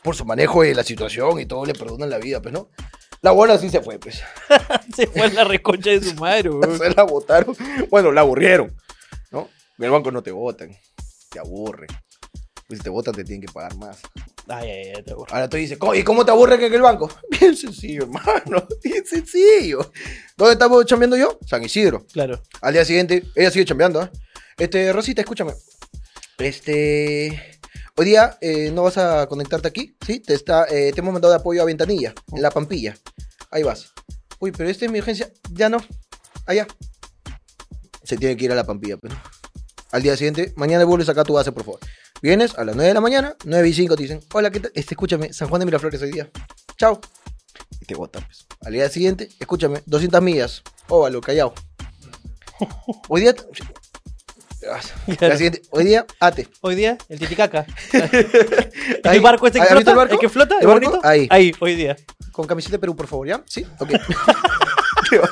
B: por su manejo de la situación y todo, le perdonan la vida, pues, ¿no? La buena sí se fue, pues.
A: Se fue a la reconcha de su madre,
B: *laughs*
A: weón.
B: Se la votaron. Bueno, la aburrieron. ¿No? En el banco no te votan. Te aburre. Pues si te votan, te tienen que pagar más.
A: Ay, ay, ay, te aburro.
B: Ahora tú dices, "Co- ¿y cómo te aburre que en el banco? *laughs* Bien sencillo, hermano. *laughs* Bien sencillo. ¿Dónde estaba chambeando yo? San Isidro.
A: Claro.
B: Al día siguiente, ella sigue chambeando, ¿ah? Este, Rosita, escúchame. Este. Hoy día eh, no vas a conectarte aquí, ¿sí? Te, está, eh, te hemos mandado de apoyo a Ventanilla, en la Pampilla. Ahí vas. Uy, pero esta es mi urgencia. Ya no. Allá. Se tiene que ir a la Pampilla, pero. Al día siguiente, mañana vuelves acá a tu base, por favor. Vienes a las 9 de la mañana, 9 y 5 te dicen, hola, ¿qué tal? Este, escúchame, San Juan de Miraflores hoy día. Chao. Y te botan, pues. Al día siguiente, escúchame, 200 millas, óvalo, callao. Hoy día. La siguiente. Hoy día, ate.
A: Hoy día, el *laughs* Titicaca.
B: Ahí.
A: El barco este que
B: Ahí, ¿has
A: flota.
B: visto el barco?
A: que flota,
B: ¿El
A: el
B: barco?
A: bonito.
B: Ahí.
A: Ahí, hoy día.
B: Con camiseta de Perú, por favor, ¿ya? ¿Sí? *laughs* Ok. Te vas.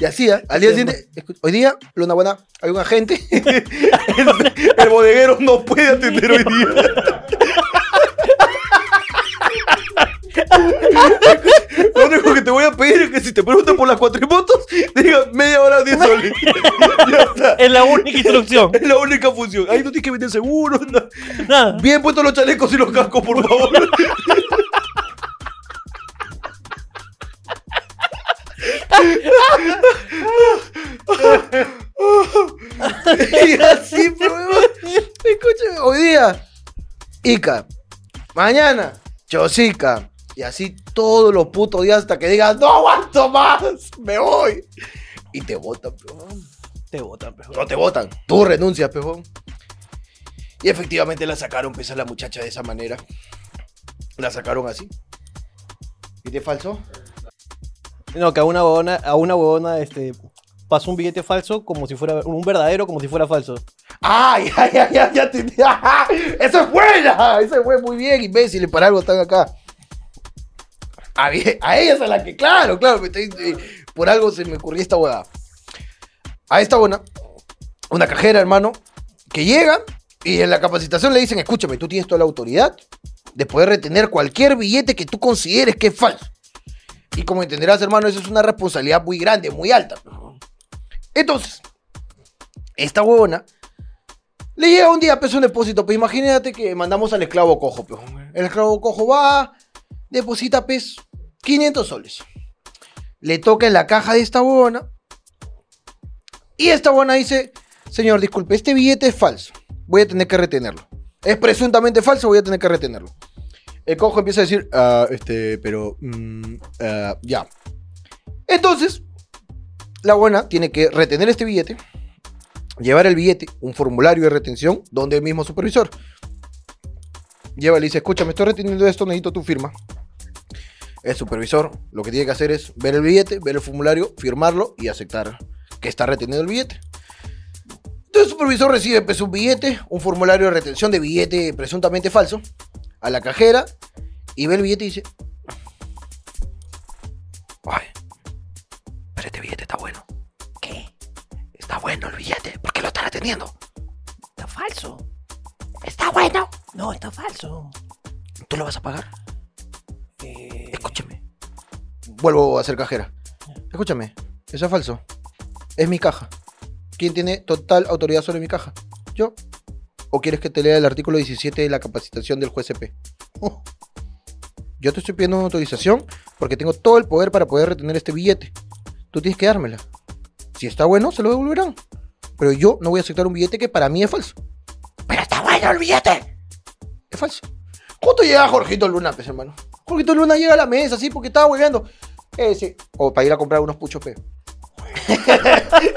B: y así, ¿ah? Al día siguiente. escu- Hoy día, Luna Buena, hay un agente. *laughs* el, el bodeguero no puede atender hoy día. *laughs* Lo único que te voy a pedir es que si te preguntan por las cuatrimotos, digas media hora, 10 soles. *laughs* ya está.
A: Es la única *laughs* instrucción.
B: Es la única función. Ahí no tienes que vender seguro. nada.
A: Nada.
B: Bien puestos los chalecos y los cascos, por favor. y así, pues, weón. Escúchame, hoy día, Ica. Mañana, Chosica. Y así todos los putos días hasta que digas, no aguanto más, me voy. Y te votan, weón.
A: Te botan, pejo.
B: No te votan. Tú renuncias, pejón. Y efectivamente la sacaron, pues, a la muchacha de esa manera. La sacaron así. ¿Y te falso?
A: No, que a una huevona, a una huevona, este, pasó un billete falso como si fuera, un verdadero como si fuera falso.
B: ¡Ay, *laughs* ay, ay, ay! ya te- ¡Ah! ¡Esa es buena! Esa fue muy bien, imbéciles, para algo están acá. A, mí- a ella es a la que, claro, claro, me estoy- eh, por algo se me ocurrió esta huevada. A esta buena, una cajera, hermano, que llega y en la capacitación le dicen, escúchame, tú tienes toda la autoridad de poder retener cualquier billete que tú consideres que es falso. Y como entenderás, hermano, eso es una responsabilidad muy grande, muy alta. Entonces, esta huevona le llega un día, pues, un depósito. Pues imagínate que mandamos al esclavo cojo, pues. El esclavo cojo va, deposita, pues, 500 soles. Le toca en la caja de esta buena. Y esta buena dice, señor, disculpe, este billete es falso. Voy a tener que retenerlo. Es presuntamente falso, voy a tener que retenerlo. El cojo empieza a decir, "Ah, este, pero, mm, ah, ya. Entonces, la buena tiene que retener este billete llevar el billete, un formulario de retención, donde el mismo supervisor lleva y le dice, escucha, me estoy reteniendo esto, necesito tu firma. El supervisor lo que tiene que hacer es ver el billete, ver el formulario, firmarlo y aceptar que está reteniendo el billete. Entonces el supervisor recibe pues, un billete, un formulario de retención de billete presuntamente falso, a la cajera y ve el billete y dice, ay, pero este billete está bueno. Está bueno el billete. ¿Por qué lo está reteniendo? Está falso. bueno.
A: No, está falso.
B: ¿Tú lo vas a pagar?
A: Eh,
B: Escúchame. Vuelvo a ser cajera. Escúchame, eso es falso. Es mi caja. ¿Quién tiene total autoridad sobre mi caja? ¿Yo? ¿O quieres que te lea el artículo 17 de la capacitación del juez CP? Oh. Yo te estoy pidiendo una autorización porque tengo todo el poder para poder retener este billete. Tú tienes que dármela. Si está bueno, se lo devolverán. Pero yo no voy a aceptar un billete que para mí es falso. ¡Pero está bueno el billete! Es falso. ¿Cuánto llega Jorgito Luna, pues, hermano? Jorgito Luna llega a la mesa, así, porque estaba hueveando. Eh, sí. O para ir a comprar unos puchos, *laughs* pe.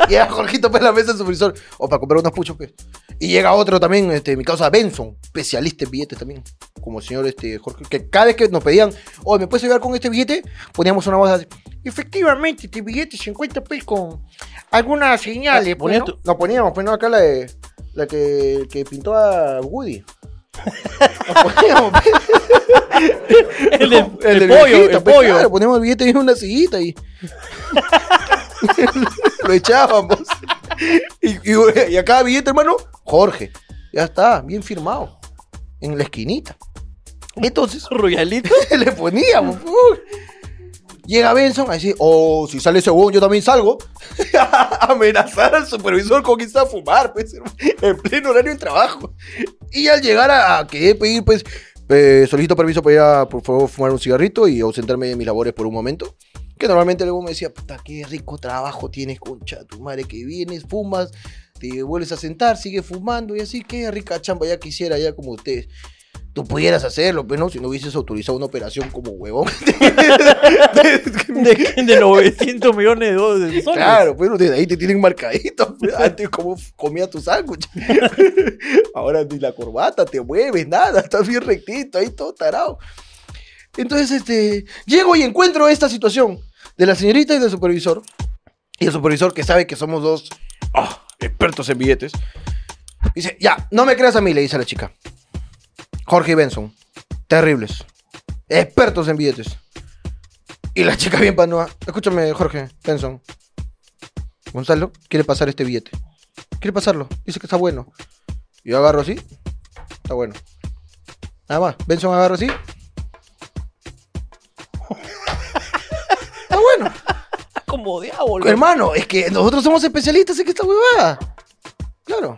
B: llega Jorgito pe a la mesa en su frisor. O para comprar unos puchos, pe. Y llega otro también, este, mi causa Benson, especialista en billetes también. Como el señor este, Jorge, que cada vez que nos pedían, oye, ¿me puedes ayudar con este billete? Poníamos una voz así. Efectivamente, este billete 50 pe con algunas señales.
A: Ah,
B: pues,
A: ponía
B: ¿no?
A: tu-
B: Nos poníamos, pues no, acá la de- La que, que pintó a *laughs* Woody. Nos poníamos, pe.
A: *laughs* el, del-
B: No,
A: el
B: del
A: pollo,
B: viejito,
A: el
B: pues,
A: pollo.
B: claro, ponemos el billete en una sillita
A: *laughs*
B: y. lo echábamos. Y, y- y a cada billete, hermano, Jorge. Ya está, bien firmado. En la esquinita. Entonces,
A: *laughs* Royalito.
B: *laughs* le poníamos. uy. Llega Benson a decir, oh, si sale ese huevón, yo también salgo. *laughs* A Amenazar al supervisor con que está a fumar, pues, hermano, en pleno horario de trabajo. Y al llegar a, a que pedir, pues, eh, solicito permiso para ir a, por favor, fumar un cigarrito y ausentarme de mis labores por un momento. Que normalmente luego me decía, puta, qué rico trabajo tienes, concha, de tu madre, que vienes, fumas, te vuelves a sentar, sigues fumando y así, qué rica chamba, ya quisiera, ya como ustedes tú pudieras hacerlo, pero no, si no hubieses autorizado una operación como huevón.
A: *laughs* De, de 900 millones de dólares. de soles.
B: claro, pero desde ahí te tienen marcadito. *laughs* pues. Antes, como comía tu sándwich? *laughs* Ahora ni la corbata te mueves, nada, estás bien rectito, ahí todo tarado. Entonces, este, llego y encuentro esta situación de la señorita y del supervisor. Y el supervisor, que sabe que somos dos ah, expertos en billetes, dice: Ya, no me creas a mí, le dice a la chica. Jorge y Benson, terribles, expertos en billetes. Y la chica bien panoa. Escúchame, Jorge, Benson. Gonzalo quiere pasar este billete. Quiere pasarlo. Dice que está bueno. Yo agarro así. Está bueno. Nada más. Benson agarro así. Está bueno.
A: Como diablo.
B: Hermano, es que nosotros somos especialistas en que esta huevada. Claro.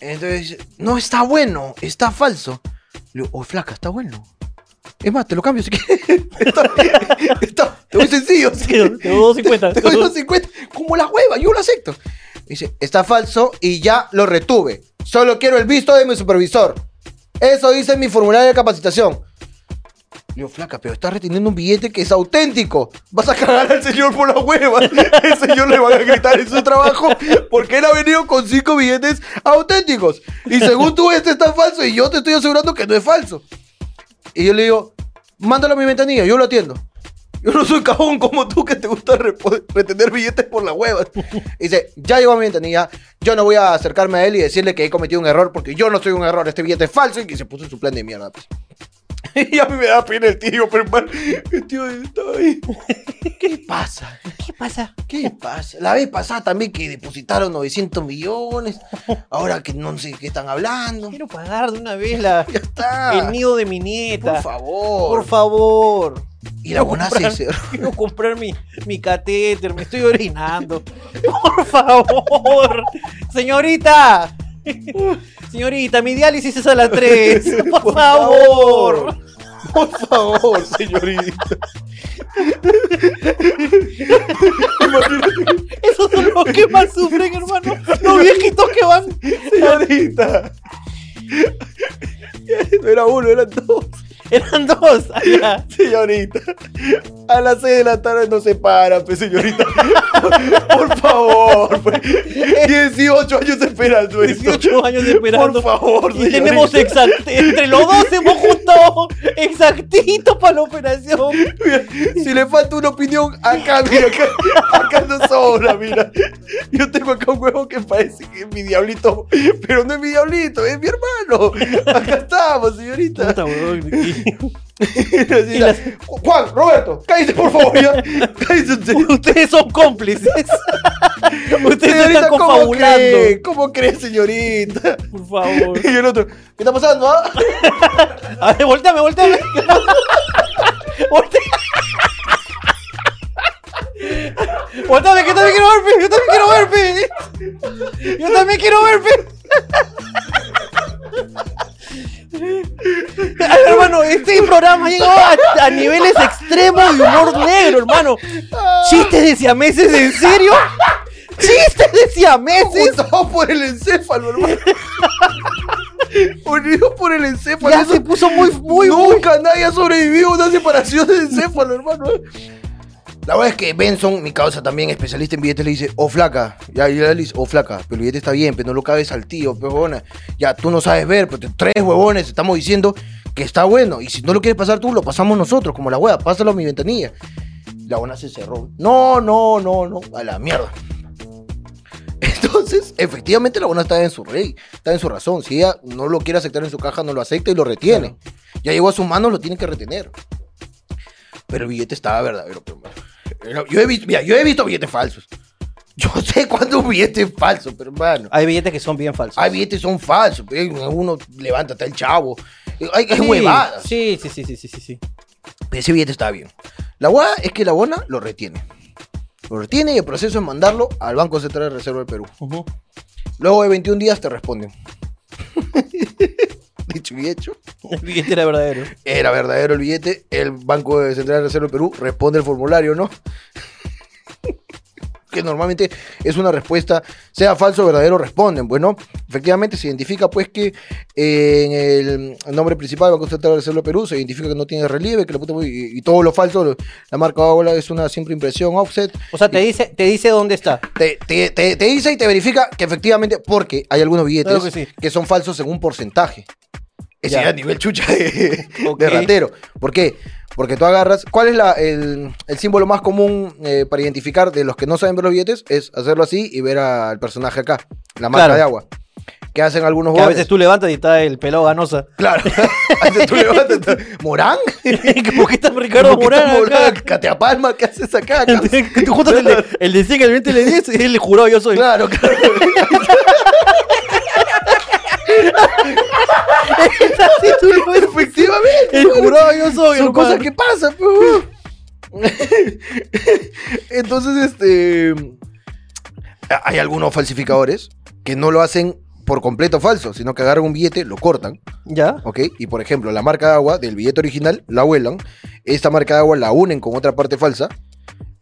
B: Entonces, no está bueno, está falso. Le digo, oh, flaca, está bueno. Es más, te lo cambio si quieres. *laughs* Está- está- te voy sencillo. si
A: Te doy-
B: quieres.
A: *laughs* te doy 250.
B: Te doy 250. Como la hueva, yo lo acepto. Me Dice, está falso y ya lo retuve. Solo quiero el visto de mi supervisor. Eso dice mi formulario de capacitación. Le digo, flaca, pero estás reteniendo un billete que es auténtico. Vas a cagar al señor por la hueva. *laughs* El señor le va a gritar en su trabajo porque él ha venido con cinco billetes auténticos. Y según tú, este está falso y yo te estoy asegurando que no es falso. Y yo le digo, mándalo a mi ventanilla, yo lo atiendo. Yo no soy cajón como tú que te gusta repo- retener billetes por la *laughs* hueva. Y dice, ya llegó a mi ventanilla, yo no voy a acercarme a él y decirle que he cometido un error porque yo no soy un error, este billete es falso y que se puso en su plan de mierda. pues. *laughs* Y a mí me da pena el tío, pero hermano, el tío estaba *laughs* ahí. ¿Qué pasa? ¿Qué pasa? ¿Qué pasa? La vez pasada también que depositaron 900 *laughs* millones, ahora que no sé qué están hablando.
A: Quiero pagar de una vez la,
B: Ya está.
A: el nido de mi nieta.
B: Por favor.
A: Por favor.
B: Y la bonaza se cerró.
A: Quiero comprar mi, mi catéter, me estoy orinando. Por favor. Señorita. Señorita, mi diálisis es a las
B: *laughs*
A: 3. Por, favor.
B: Por favor, señorita. Imagínate,
A: Esos son los que más sufren, hermano. Los viejitos que van.
B: señorita. *laughs* No era uno, eran dos.
A: Eran dos. allá.
B: *laughs* Señorita. A las seis de la tarde no se para, pues, señorita. *laughs* Por, por favor,
A: *laughs*
B: pues. 18 años esperando esto.
A: 18 años esperando.
B: Por favor,
A: Y tenemos
B: señorita.
A: exact- entre los dos hemos juntado exactito para la operación.
B: Mira, si le falta una opinión, acá, mira, acá, acá no sobra, mira. Yo tengo acá un huevo que parece que es mi diablito, pero no es mi diablito, es mi hermano. Acá estamos, señorita.
A: Puta, weón, y- *laughs*
B: Así,
A: y las-
B: Juan, Roberto, cállese, por favor, ya. Cállese usted.
A: *laughs* Ustedes son cómplices. Ustedes se
B: Señorita,
A: están
B: ¿cómo
A: confabulando.
B: cree? ¿Cómo cree, señorita?
A: Por favor.
B: *laughs* Y el otro, ¿qué está pasando, ah?
A: A ver, volteame, volteame. *laughs* Volte- *laughs* Volteame, que yo también quiero ver, pe. Yo también *laughs* quiero ver, pe. Yo también quiero ver, *laughs* pe. Ay, hermano, este programa ha llegado a, a niveles extremos de humor negro, hermano. Chistes de siameses, ¿en serio? ¡Chistes de siameses!
B: Juntado por el
A: *laughs*
B: encéfalo, hermano. Unido por el encéfalo.
A: Ya
B: Eso-
A: se puso muy, muy, muy...
B: Nunca nadie ha sobrevivido a una separación de encéfalo, hermano. La verdad es que Benson, mi causa también, especialista en billetes, le dice, oh flaca, ya, ya le dice, oh flaca, pero el billete está bien, pero no lo cabes al tío, pues, huevona. Ya, tú no sabes ver, pero te- tres huevones estamos diciendo que está bueno. Y si no lo quieres pasar tú, lo pasamos nosotros, como la hueá, pásalo a mi ventanilla. La buena se cerró. No, no, no, no, a la mierda. Entonces, efectivamente, la buena está en su rey, está en su razón. Si ella no lo quiere aceptar en su caja, no lo acepta y lo retiene. Ya llegó a sus manos, lo tiene que retener. Pero el billete estaba verdadero, pero, hermano. Era- Yo he visto, mira, yo he visto billetes falsos. Yo *laughs* sé cuánto billete es falso, pero hermano.
A: Hay billetes que son bien falsos.
B: Hay billetes que son falsos. pero Uno levanta hasta el chavo. Hay, hay
A: Sí,
B: huevadas.
A: Sí, sí, sí, sí, sí, sí, sí.
B: Ese billete está bien. La hueá es que la buena lo retiene. Lo retiene y el proceso es mandarlo al Banco Central de Reserva del Perú.
A: *laughs* Ujú.
B: Luego de 21 días te responden. *laughs* Dicho y hecho.
A: El billete era verdadero.
B: Era verdadero el billete. El Banco de Central de Reserva del Perú responde el formulario, ¿no? *laughs* que normalmente es una respuesta, sea falso o verdadero, responden. Bueno, efectivamente se identifica pues que eh, en el el nombre principal del Banco Central de Reserva del Perú se identifica que no tiene relieve, que la puta- y, y todo lo falso, lo- la marca Ola es una simple impresión, offset.
A: O sea, te dice, te dice dónde está.
B: Te, te- te- te dice y te verifica que efectivamente, porque hay algunos billetes
A: Claro que sí.
B: son falsos en un porcentaje. Ese
A: Ya.
B: era a nivel chucha de,
A: Ok.
B: de ratero. ¿Por qué? Porque tú agarras. ¿Cuál es la- el, el símbolo más común eh, para identificar de los que no saben ver los billetes? Es hacerlo así y ver a- al personaje acá, la marca
A: Claro.
B: de agua. Que hacen algunos
A: Que a
B: jugadores.
A: veces tú levantas y está el pelado
B: *laughs*
A: ganosa. *laughs*
B: Claro. Haces tú levantas, está- ¿Morán?
A: ¿Cómo que está Ricardo
B: ¿Cómo que está
A: Morán? acá?
B: Morán? Catea Palma, ¿qué haces acá?
A: *laughs* Tú juntas el de, el de 100 al 20 le 10 y el jurado yo soy.
B: Claro, claro.
A: *laughs* Sí, tú lo ves.
B: Efectivamente.
A: El jurado yo soy.
B: Son
A: hermano.
B: cosas que pasan, pe, weón. Entonces, este. a- Hay algunos falsificadores que no lo hacen por completo falso, sino que agarran un billete, lo cortan,
A: ¿Ya?
B: ¿ok? Y por ejemplo, la marca de agua del billete original la vuelan, esta marca de agua la unen con otra parte falsa,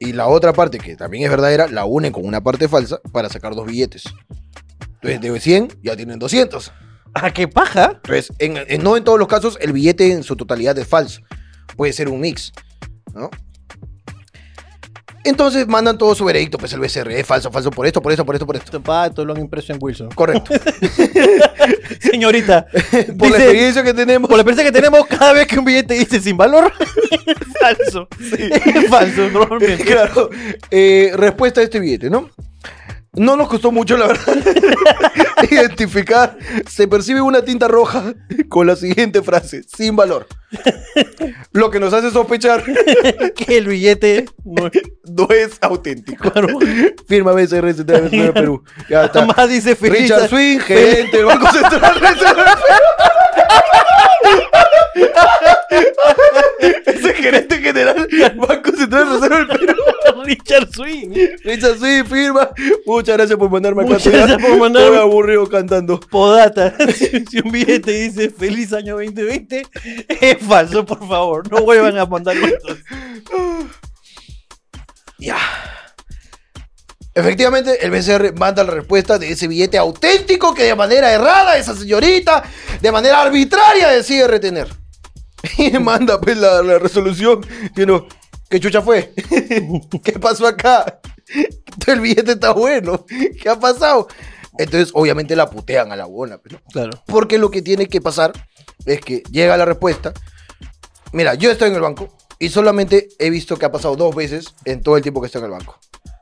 B: y la otra parte, que también es verdadera, la unen con una parte falsa para sacar dos billetes. Entonces, de 100 ya tienen 200.
A: ¿A Ah, qué paja?
B: Entonces, en- en- no en todos los casos el billete en su totalidad es falso. Puede ser un mix, ¿no? Entonces mandan todo su veredicto, pues el BCR es falso, falso por esto, por esto, por esto, por esto.
A: Este pato lo han impreso en Wilson.
B: Correcto.
A: *laughs* Señorita,
B: *laughs* Por la
A: dice-
B: experiencia
A: *laughs*
B: que tenemos.
A: por la experiencia que tenemos, cada vez que un billete dice sin
B: *laughs*
A: valor, es falso. *laughs* Es falso, normalmente.
B: Claro. Eh, respuesta a este billete, ¿no? No nos costó mucho, la verdad, *laughs* identificar. Se percibe una tinta roja con la siguiente frase, sin valor. Lo que nos hace sospechar
A: Que el billete no es
B: no es auténtico.
A: *laughs* caro.
B: Firma BCR Central Reserva del Perú.
A: *laughs*
B: Ya está.
A: Además dice feliz.
B: Richard Swing, gerente del Banco Central Reserva
A: *laughs*
B: del Perú. Es el gerente general del Banco Central Reserva del Perú.
A: *laughs* Richard Swing.
B: Richard Swing, firma. Muchas gracias por mandarme acá.
A: Muchas gracias por mandarme.
B: Estoy aburrido cantando.
A: Podata. *laughs* si si un billete dice feliz año 2020, es falso, por favor. No vuelvan a mandar estos.
B: Ya. Efectivamente, el BCR manda la respuesta de ese billete auténtico que de manera errada esa señorita, de manera arbitraria, decide retener. *laughs* Y manda pues la, la resolución. Diciendo, ¿qué chucha fue? *laughs* ¿Qué pasó acá? *laughs* El billete está bueno. ¿Qué ha pasado? Entonces, obviamente la putean a la buena. pues, ¿no?
A: Claro.
B: Porque lo que tiene que pasar es que llega la respuesta. Mira, yo estoy en el banco y solamente he visto que ha pasado dos veces en todo el tiempo que estoy en el banco.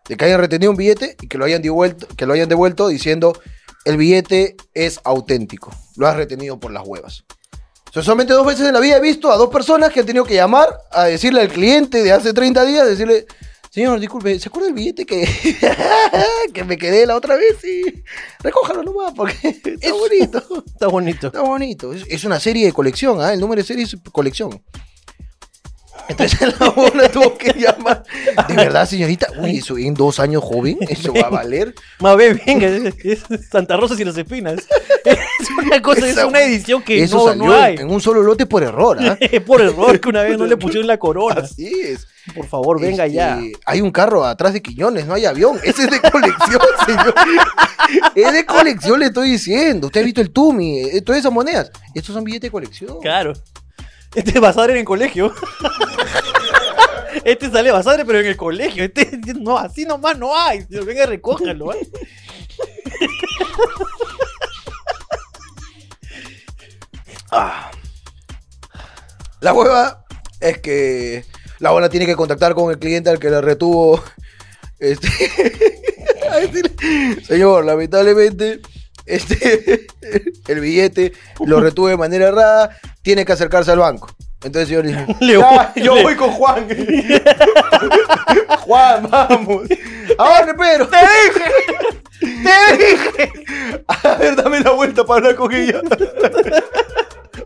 B: De que hayan retenido un billete y que lo hayan devuelto, que lo hayan devuelto diciendo el billete es auténtico. Lo has retenido por las huevas. O sea, solamente dos veces en la vida he visto a dos personas que han tenido que llamar a decirle al cliente de hace 30 días, decirle, Señor, disculpe, ¿se acuerda el billete que, *laughs* que me quedé la otra vez? Sí. Recójalo nomás porque *laughs* está bonito.
A: Está bonito.
B: Está bonito. Es, es una serie de colección, ¿ah? El número de serie es colección. Entonces *laughs* la una tuvo que llamar. De verdad, señorita. Uy, eso en dos años joven, eso va a valer.
A: Más bien, venga, es, es Santa Rosa y las espinas. *laughs* Es una cosa, es
B: Esa-
A: una edición *laughs* que
B: eso
A: no,
B: salió
A: no hay. *laughs*
B: en un solo lote por error, ¿ah?
A: Es por error que una vez no
B: *laughs*
A: le pusieron la corona.
B: Así es.
A: Por favor, venga
B: Este,
A: ya.
B: Hay un carro atrás de Quiñones, no hay avión. Ese es de colección, *laughs* señor. es de colección, le estoy diciendo. Usted ha visto el Tumi, eh, todas esas monedas. Estos son billetes de colección.
A: Claro. Este es Basadre en el colegio. Este sale Basadre, pero en el colegio. Este, no, así nomás no hay. Señor, Venga, recójalo. ¿eh?
B: La hueva es que la buena tiene que contactar con el cliente al que le retuvo. *laughs* Este, *laughs* a decirle, señor, lamentablemente, este, *laughs* el billete lo retuve de manera errada. Tiene que acercarse al banco. Entonces, señor, dice,
A: Le
B: "Ya,
A: voy-
B: yo
A: le-
B: voy con Juan. Juan, vamos. Ahora, pero. ¡Te dije! ¡Te dije! *laughs* A ver, dame la vuelta para hablar con ella.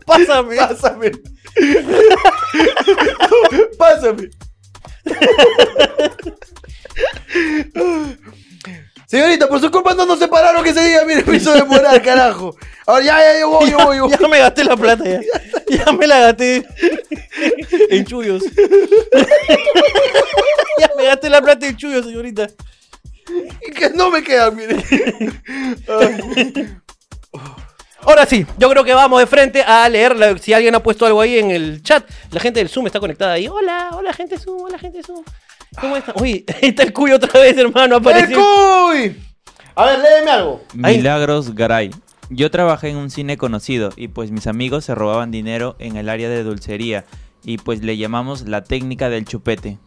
A: Pásame.
B: Pásame. *laughs* Pásame. Señorita, por su culpa no nos separaron ese día. Mire, me hizo demorar, carajo. Ahora ya, ya, yo voy, yo voy, yo voy.
A: *laughs* Ya me gasté la plata ya. Ya me la
B: *laughs*
A: gasté en chullos. Ya me gasté la plata en chullos, señorita.
B: Y que no me queda, mire.
A: Ahora sí, yo creo que vamos de frente a leer la- si alguien ha puesto algo ahí en el chat. La gente del Zoom está conectada ahí. Hola, hola gente Zoom, hola gente Zoom. ¿Cómo están? Uy, *laughs* ahí está el cuyo otra vez, hermano.
B: ¡El
A: Apareció.
B: cuy! A ver, léeme algo.
A: Ay.
F: Milagros Garay. Yo trabajé en un cine conocido y pues mis amigos se robaban dinero en el área de dulcería y pues le llamamos la técnica del chupete.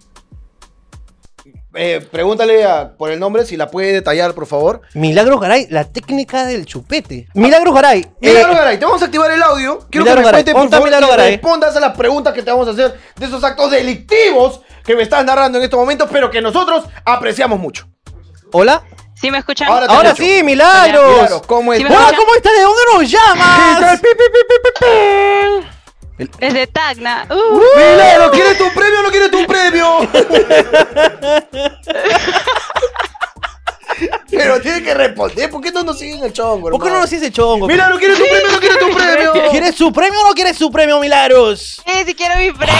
B: Eh, pregúntale a- por el nombre si la puede detallar, por favor.
A: Milagros Garay, la técnica del chupete. Milagros Garay. eh,
B: Milagro Garay, te vamos a activar el audio. Quiero
A: Milagro
B: que me
A: Garay, ¿dónde
B: cuentes, por
A: está
B: favor,
A: Milagro
B: y
A: Garay?
B: respondas a las preguntas que te vamos a hacer de esos actos delictivos que me estás narrando en estos momentos, pero que nosotros apreciamos mucho.
A: Hola.
G: ¿Sí me escuchan?
B: Ahora te
A: Ahora
B: escucho.
A: sí, Milagros.
B: Milagro, ¿cómo
G: Sí
B: es?
G: me
A: Hola,
G: escuchan?
A: ¿cómo estás? ¿De dónde nos llamas?
G: Desde Tacna. Uh,
B: Milagro, ¿quieres tu premio o no quieres
A: *laughs*
B: tu premio? pero tienes que responder, ¿por qué no nos siguen el chongo,
A: ¿Por qué no
B: hermano?
A: nos dice chongo?
B: Milagro, ¿quieres tu premio o no
G: *laughs*
B: quieres tu
A: *laughs* ¿Quieres su
B: premio?
A: premio o no quieres su premio, Milagros?
G: eh, si quiero mi premio.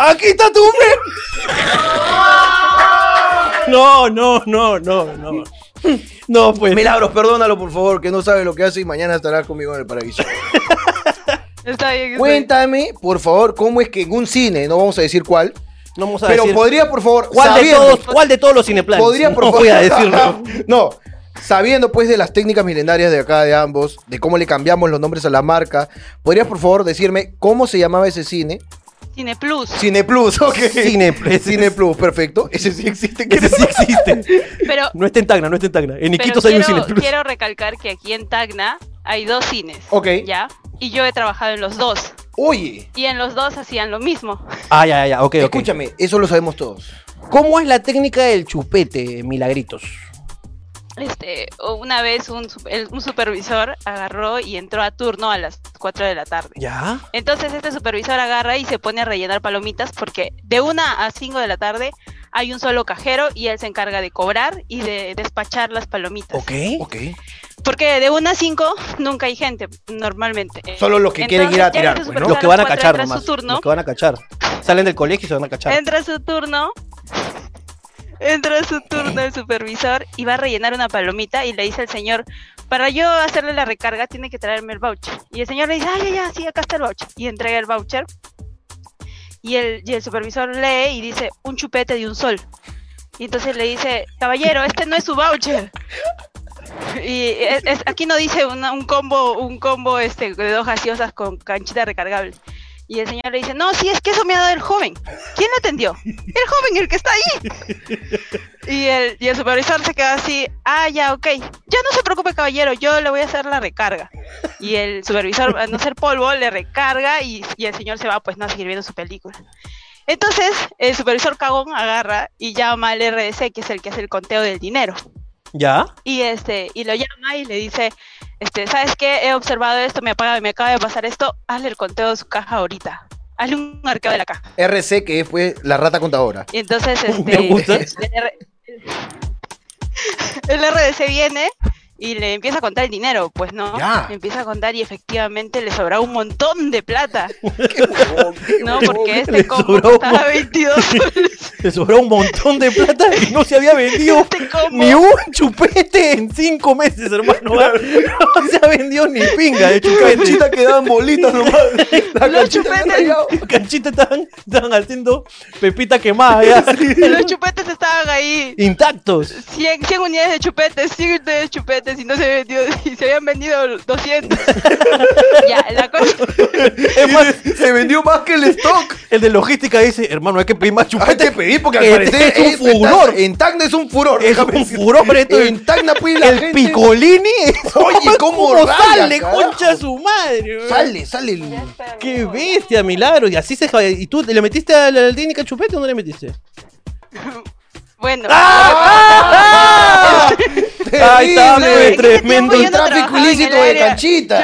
A: ¡Aquí está tu premio! No, no, no, no, no. No, pues.
B: Milagros, perdónalo, por favor, que no sabe lo que hace y mañana estará conmigo en el paraíso.
G: Está bien. está
B: Cuéntame, por favor, cómo es que en un cine, no vamos a decir cuál,
A: No vamos a
B: pero
A: decir.
B: podría, por favor,
A: ¿Cuál de,
B: sabiendo,
A: todos, ¿Cuál de todos los cineplanes?
B: podría,
A: no
B: por favor,
A: voy a *laughs* decirlo.
B: *laughs* no, sabiendo pues de las técnicas milenarias de acá de ambos, de cómo le cambiamos los nombres a la marca, podrías, por favor, decirme cómo se llamaba ese cine.
G: bien. Cine Plus.
B: Cineplus, ok. *laughs*
A: Cineplus.
B: Cineplus, perfecto. Ese sí existe. ¿qué
A: Ese sí existe.
G: Pero,
A: No está en Tacna, no está en Tacna. En
G: pero
A: Iquitos hay un
G: quiero,
A: cineplus.
G: quiero recalcar que aquí en Tacna hay dos cines.
B: Ok.
G: ¿Ya? Y yo he trabajado en los dos.
B: Oye,
G: Y en los dos hacían lo mismo.
A: Ah, ya, ya, ya, ok, ok.
B: escúchame, eso lo sabemos todos.
A: ¿Cómo es la técnica del chupete, Milagritos?
G: Este, una vez un, su- el- un supervisor agarró y entró a turno a las 4 de la tarde.
A: ¿Ya?
G: Entonces este supervisor agarra y se pone a rellenar palomitas porque de 1 a 5 de la tarde hay un solo cajero y él se encarga de cobrar y de despachar las palomitas.
A: Ok.
B: Ok.
G: Porque de 1 a 5 nunca hay gente, normalmente.
B: Solo los que quieren ir a tirar, pues, ¿no?
A: Los que van a cachar
G: entra
A: nomás.
G: su turno,
A: Los que van a cachar. Salen del colegio y se van a cachar.
G: entra su turno, entra su turno el supervisor y va a rellenar una palomita y le dice al señor, para yo hacerle la recarga tiene que traerme el voucher. Y el señor le dice, ah, ya, ya, sí, acá está el voucher. Y entrega el voucher. Y el, y el supervisor lee y dice, un chupete de un sol. Y entonces le dice, caballero, este no es su voucher. Y es- es- aquí no dice una- un combo, un combo este, de dos gaseosas con canchita recargable. Y el señor le dice, no, sí, es que eso me ha dado el joven. ¿Quién lo atendió? El joven, el que está ahí. Y el, y el supervisor se queda así, ah, ya, ok. Ya no se preocupe, caballero, yo le voy a hacer la recarga. Y el supervisor, a no ser polvo, le recarga y, y el señor se va, pues, no, a seguir viendo su película. Entonces, el supervisor cagón agarra y llama al RDC, que es el que hace el conteo del dinero.
A: ¿Ya?
G: Y este, y lo llama y le dice, este, ¿sabes qué? He observado esto, me apaga, me acaba de pasar esto, hazle el conteo de su caja ahorita. Hazle un arqueo de la caja.
B: RC, que es pues la rata
A: *laughs*
B: contadora.
G: Y entonces, este,
A: Me gusta.
G: el R- el RDC viene y le empieza a contar el dinero, pues no.
B: Ya.
G: Le empieza a contar y efectivamente le sobra un montón de plata. No,
B: huevón,
G: porque
A: le
G: este combo
A: sobra un
G: costaba
A: mon-
G: 22 soles.
A: Le sobró un montón de plata y no se había
G: *laughs*
A: vendido
G: Este combo.
A: ni un chupete en cinco meses, hermano. ¿ah? No se ha vendido ni pinga de chupete.
B: Canchita quedaban
A: *laughs*
B: bolitas nomás. La
G: Los
B: canchita había
G: chupetes.
B: rayado.
A: Canchita estaban, estaban haciendo pepita quemada
B: *laughs*
A: ya.
G: Los chupetes estaban ahí.
A: Intactos.
G: 100, 100 unidades de chupetes, 100 unidades de chupetes y no se, habían vendido- *laughs* y se habían vendido 200. ya, la cosa.
A: Es más,
B: Se vendió más que el stock.
A: el de logística dice, hermano, hay que pedir más
B: Hay
A: chupete.
B: que pedir porque al
A: Este
B: parecer
A: es un furor.
B: En Tacna es un furor.
A: Es
B: déjame
A: un
B: decirte.
A: furor esto.
B: En Tacna pues la
A: el
B: gente-
A: picolini. *laughs*
B: Oye, ¿cómo raya,
A: sale,
B: carajo?
A: concha su madre?
B: Sale, sale. el-
A: Qué bestia, milagro. Y así se. ¿Y tú le metiste a la, la técnica chupete o no le
B: *laughs*
A: metiste?
G: Bueno.
A: ¡Ah! Ahí está,
B: Terrible.
A: pues,
G: en ese
A: tremendo.
G: tiempo yo
B: El
G: no
B: tráfico
G: trabajaba en
B: ilícito
G: el
B: de
G: área.
B: canchita.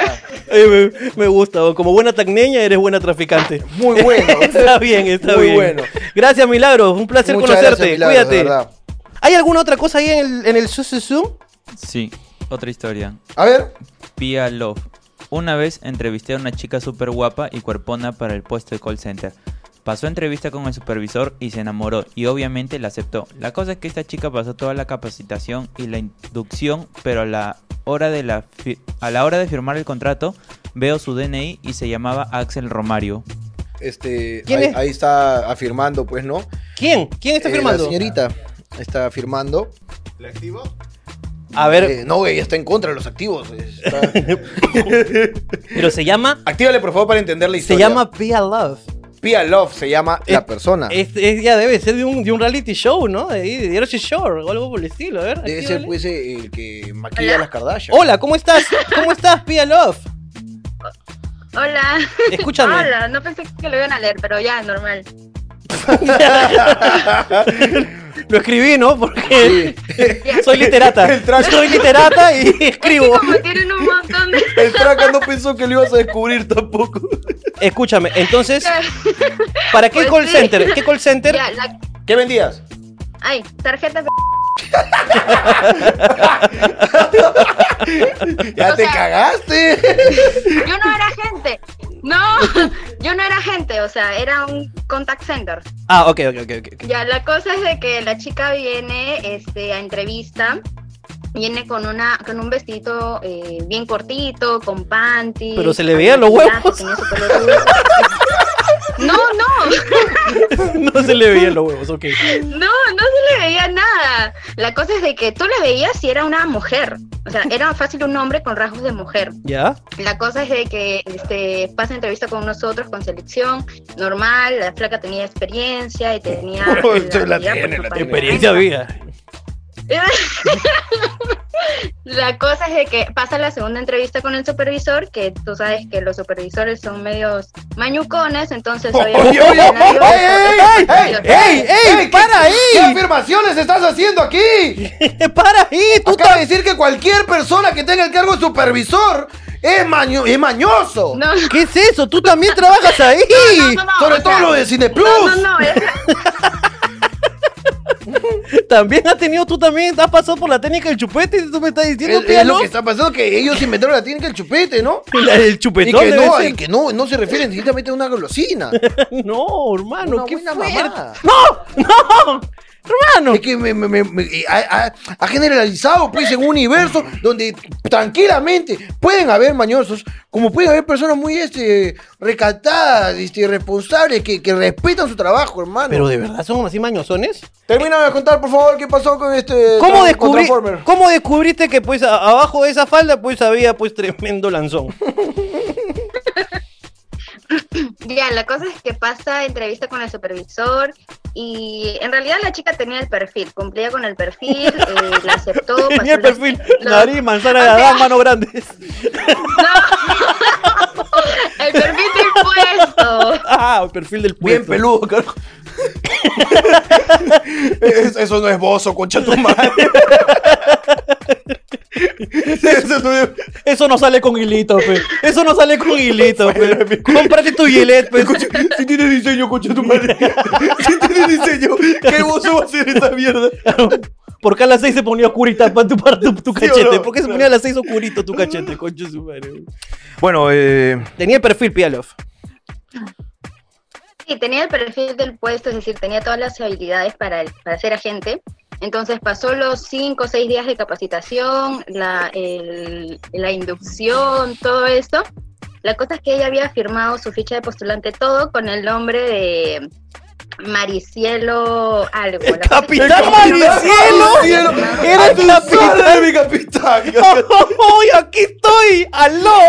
A: Eh, me, me gusta, ¿no? como buena tacneña eres buena
B: *laughs*
A: traficante. *laughs*
B: Muy bueno.
A: está bien, está
B: Muy
A: bien.
B: bueno.
A: Gracias, Milagro. Un placer
B: Muchas gracias,
A: conocerte.
B: Milagros, de
A: Cuídate.
B: verdad.
A: ¿Hay alguna otra cosa ahí en el, en el Zoom Zoom?
F: Sí, otra historia.
B: A ver.
F: Pia Love. Una vez entrevisté a una chica súper guapa y cuerpona para el puesto de call center. Pasó entrevista con el supervisor y se enamoró y obviamente la aceptó. La cosa es que esta chica pasó toda la capacitación y la inducción, pero a la hora de la fi- a la hora de firmar el contrato veo su DNI y se llamaba Axel Romario.
B: Este,
A: ¿Quién
B: ahí,
A: es?
B: ahí está afirmando, pues, ¿no?
A: ¿Quién? ¿Quién está
B: Eh,
A: firmando?
B: La señorita está afirmando.
D: ¿La activo?
A: A ver,
B: Eh, no, ella está en contra de los activos.
A: *laughs*
B: está-
A: pero se llama.
B: Actívale, por favor, para entender la
A: Se
B: historia.
A: llama Pia Love.
B: Pia Love, se llama
A: Eh,
B: la persona.
A: Es, es- ya debe ser de un, de un reality show, ¿no? De, ahí, de Jersey Shore o algo por el estilo. A ver.
B: Debe
A: aquí,
B: ser,
A: dale.
B: pues, eh, el que maquilla a las Kardashian.
A: Hola, ¿cómo estás? ¿Cómo estás, Pia Love?
H: Hola.
A: Escúchame.
H: Hola, no pensé que lo iban a leer, pero
A: *laughs*
H: ya, normal.
A: *laughs* Lo escribí, ¿no? Porque
H: Ya.
A: soy literata.
B: El trash.
A: Soy literata
B: *laughs*
A: y escribo.
H: Como tienen un
A: *laughs*
H: montón de...
B: *laughs* El traca no pensó que lo ibas a descubrir tampoco.
A: Escúchame, entonces, ¿para qué
H: Pues
A: call
H: sí.
A: center? ¿Qué call center?
H: *laughs* Ya, la-
B: ¿Qué vendías?
H: Ay, tarjetas de... *laughs*
B: ¡Ya te
H: sea-
B: cagaste!
H: Yo no era gente. No, *laughs* yo no era gente, o sea, era un contact center.
A: Ah, ok, ok, ok. ok. *laughs*
H: Ya, la cosa es de que la chica viene este, a entrevista, viene con una con un vestido eh, bien cortito, con panty.
A: Pero se le veían los huevos.
H: tenía su pelo
A: *laughs*
H: rubio. No, no,
A: No se le veían los huevos, ok.
H: no, no se le veía nada. La cosa es de que tú le veías si era una mujer. O sea, era fácil un hombre con rasgos de mujer.
A: ¿Ya?
H: La cosa es de que este, pasa entrevista con nosotros, con selección, normal, la flaca tenía experiencia y tenía...
B: *laughs* Uy, la
H: habilidad,
B: tiene,
H: pues,
B: la
H: para-
B: tiene.
A: Experiencia vida.
H: La cosa es de que pasa la segunda entrevista con el supervisor, que tú sabes que los supervisores son medios mañucones, entonces...
B: ¡Oye,
H: obviamente,
B: oye,
H: nadie va a
B: oye, oh, ey,
H: *laughs* poder-
B: ey, ey, ey,
A: ¡Ey, para
B: ¿Qué
A: ahí!
B: afirmaciones estás haciendo aquí?
A: *laughs* ¡Para ahí!
H: *laughs*
A: ¡Tú
B: Acaba de decir que cualquier persona que tenga el cargo de supervisor es, maño- es mañoso.
H: No, no,
A: ¿Qué es eso? ¡Tú también trabajas ahí!
H: no, no,
B: Sobre
H: o
B: todo
H: sea,
B: lo de Cineplus.
H: No, no, no, es-
A: También has tenido, tú también has pasado por la técnica del chupete y tú me estás diciendo,
B: Es,
A: Pia
B: es lo
A: Love?
B: que está *laughs* pasando que ellos inventaron la técnica del chupete, ¿no?
A: La del
B: Y
A: chupetón
B: que
A: Pues debe
B: no,
A: ser.
B: y que no, no se refieren directamente a una golosina.
A: *laughs* No, hermano,
B: Una
A: qué
B: buena
A: fuerte.
B: mamada.
A: ¡No! ¡No! ¡Hermano!
B: Es que me, me- me- me- y ha, ha- ha generalizado pues en un universo donde tranquilamente pueden haber mañosos, como pueden haber personas muy este, recatadas, este, responsables, que, que respetan su trabajo, hermano.
A: Pero de verdad son así mañosones.
B: Termina de contar, por favor, qué pasó con este
A: ¿Cómo,
B: con- con
A: descubrí-
B: Transformer.
A: ¿Cómo descubriste que pues a- abajo de esa falda pues había pues tremendo lanzón?
H: Ya, la cosa es que pasa entrevista con el supervisor y en realidad la chica tenía el perfil, cumplía con el perfil, eh, la aceptó. pasó
A: *laughs* Tenía el
H: la- *laughs*
A: perfil,
H: la-
A: nariz, manzana de
H: O sea,
A: Adán, manos grandes.
H: no. el perfil impuesto.
A: Ah, Ah, perfil del pueblo.
B: Bien peludo, carajo. Es- eso no es bozo, concha tu madre. eso no es...
A: Eso no sale con hilito, pe. Eso no sale con hilito, pe. Cómprate tu gilet, pe.
B: Escucha, si tiene diseño, concha tu madre. Si tiene diseño, ¿qué bozo va a ser esta mierda?
A: ¿Por qué a las 6 se ponía oscurita pa- tu, para tu, tu
B: ¿Sí o
A: cachete?
B: no?
A: ¿Por qué se ponía a las 6 oscurito tu cachete, concho de su madre?
B: Bueno, eh.
A: Tenía el perfil, Pialov.
H: Sí, tenía el perfil del puesto, es decir, tenía todas las habilidades para, para ser agente. Entonces pasó los cinco o seis días de capacitación, la, el- la inducción, todo esto. La cosa es que ella había firmado su ficha de postulante todo con el nombre de Maricielo algo. La cosa es que-
A: ¡Capitán Maricielo! ¡Era el capitán!
B: ¡Sale mi capitán!
A: *laughs* ¡Ay, aquí estoy! ¡Aló!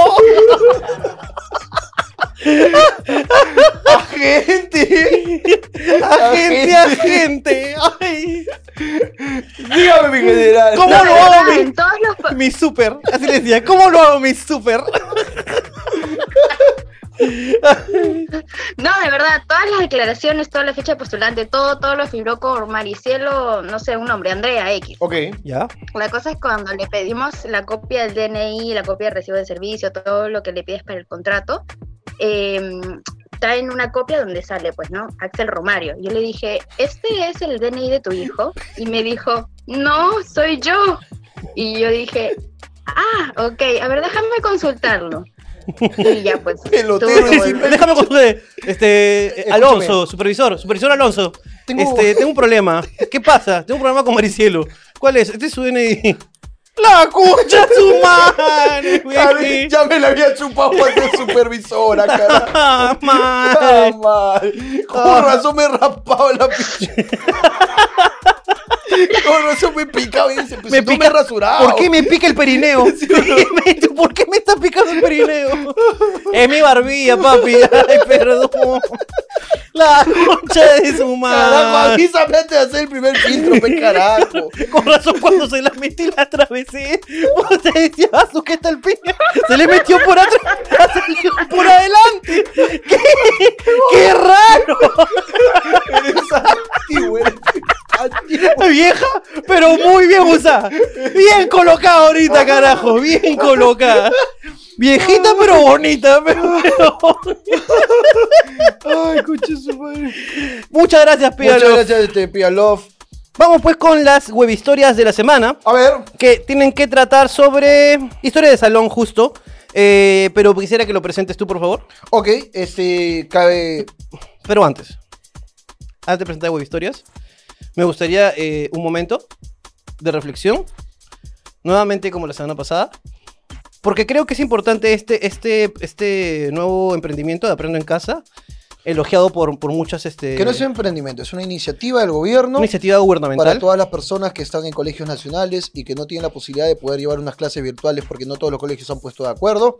B: ¡Gente!
A: ¡Agente, agente! ¡Ay!
B: Dígame, mi general.
A: ¿Cómo lo hago, mi,
H: En todos los po-
A: mi super? Así le decía, ¿cómo lo hago, mi super?
H: No, de verdad, todas las declaraciones, toda la fecha de postulante, todo, todo lo firmó con Maricielo, no sé, un nombre, Andrea X.
B: Ok.
A: ¿Ya?
H: La cosa es cuando le pedimos la copia del DNI, la copia del recibo de servicio, todo lo que le pides para el contrato, eh, traen una copia donde sale, pues, ¿no? Axel Romario. Yo le dije, ¿este es el DNI de tu hijo? Y me dijo, no, soy yo. Y yo dije, ah, ok, a ver, déjame consultarlo. Y ya, pues,
B: Pelotero
H: tuve que
B: encima.
H: volver.
A: *laughs* Déjame con Este, Alonso, supervisor, supervisor Alonso.
B: Tengo- *laughs*
A: Este, tengo un problema. ¿Qué pasa? Tengo un problema con Maricielo. ¿Cuál es? Este es su DNI.
B: ¡La cucha!
A: *laughs* ¡Ya *laughs* su
B: *laughs*
A: madre, güey!
B: Ya me la había chupado a tu supervisora, cara.
A: ¡Ah,
B: Ah,
A: madre!
B: madre. Oh,
A: ah.
B: Con razón me raspaba la pinche. Con razón me picaba y dice, pues
A: Me
B: si no me
A: pica-
B: he rasurado.
A: ¿Por qué me pica el perineo?
B: *laughs*
A: ¿Por qué *laughs* me está picando el perineo? Es mi barbilla, papi. *laughs* Ay, perdón. La concha de su
B: Carajo,
A: madre.
B: avísame antes de hacer el primer filtro, pe carajo.
A: Con razón cuando se la metí la atravesé. Vos te decías, ah, su, ¿qué está el piña? Se le metió por atrás, *laughs* ha salido por adelante. ¡Qué, qué raro!
B: Eres antiguo, eres antiguo.
A: Vieja, pero muy bien usada. Bien colocada ahorita, carajo. Bien colocada. Viejita pero bonita, pero, pero-
B: Ay, coche su madre.
A: Muchas gracias,
B: Muchas
A: Pialo.
B: gracias, este, Pialov.
A: Vamos pues con las web historias de la semana.
B: A ver,
A: que tienen que tratar sobre historia de salón justo. eh, pero quisiera que lo presentes tú, por favor.
B: ok, este, cabe...
A: Pero antes, antes de presentar Web Historias, me gustaría eh, un momento de reflexión, nuevamente como la semana pasada, porque creo que es importante este, este, este nuevo emprendimiento de Aprendo en Casa, elogiado por, por muchas... Este,
B: Que no es un emprendimiento, es una iniciativa del gobierno.
A: una iniciativa
B: para
A: gubernamental.
B: todas las personas que están en colegios nacionales y que no tienen la posibilidad de poder llevar unas clases virtuales porque no todos los colegios se han puesto de acuerdo.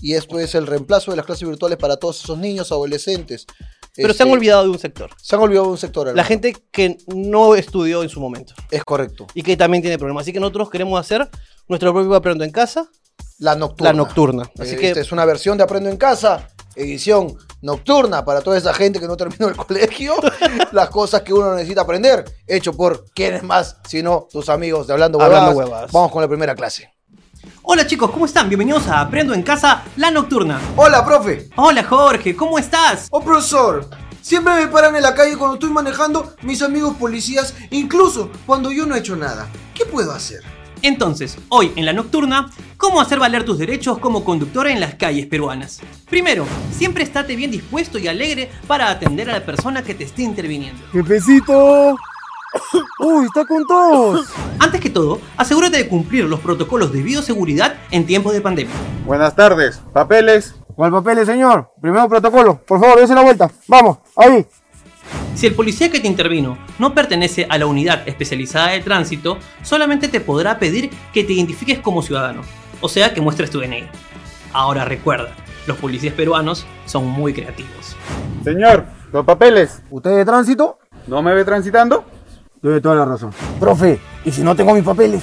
B: Y esto es el reemplazo de las clases virtuales para todos esos niños, adolescentes.
A: Pero
B: Este,
A: se han olvidado de un sector.
B: Se han olvidado de un sector.
A: La
B: hermano.
A: gente que no estudió en su momento.
B: Es correcto.
A: y que también tiene problemas. Así que nosotros queremos hacer nuestro propio Aprendo en Casa,
B: La nocturna.
A: la nocturna. Así
B: Eh,
A: que
B: esta es una versión de Aprendo en Casa, edición nocturna para toda esa gente que no terminó el *laughs* colegio. las cosas que uno necesita aprender, hecho por quienes más, sino tus amigos de Hablando Huevadas.
A: Hablando Huevadas.
B: Vamos con la primera clase.
I: Hola chicos, ¿cómo están? Bienvenidos a Aprendo en Casa, la nocturna.
B: Hola, profe.
I: Hola Jorge, ¿cómo estás?
B: Oh, profesor, siempre me paran en la calle cuando estoy manejando mis amigos policías, incluso cuando yo no he hecho nada. ¿Qué puedo hacer?
I: Entonces, hoy en la nocturna, ¿cómo hacer valer tus derechos como conductor en las calles peruanas? Primero, siempre estate bien dispuesto y alegre para atender a la persona que te esté interviniendo.
J: ¡Jefecito! ¡Uy, está con todos!
I: Antes que todo, asegúrate de cumplir los protocolos de bioseguridad en tiempos de pandemia.
J: Buenas tardes, ¿papeles? ¿Cuál papeles, señor? Primero protocolo, por favor, dése la vuelta. Vamos, ahí.
I: Si el policía que te intervino no pertenece a la unidad especializada de tránsito, solamente te podrá pedir que te identifiques como ciudadano, o sea que muestres tu DNI. Ahora recuerda, los policías peruanos son muy creativos.
J: Señor, los papeles. ¿Usted de tránsito? ¿No me ve transitando? Tiene toda la razón. Profe, ¿y si no tengo mis papeles?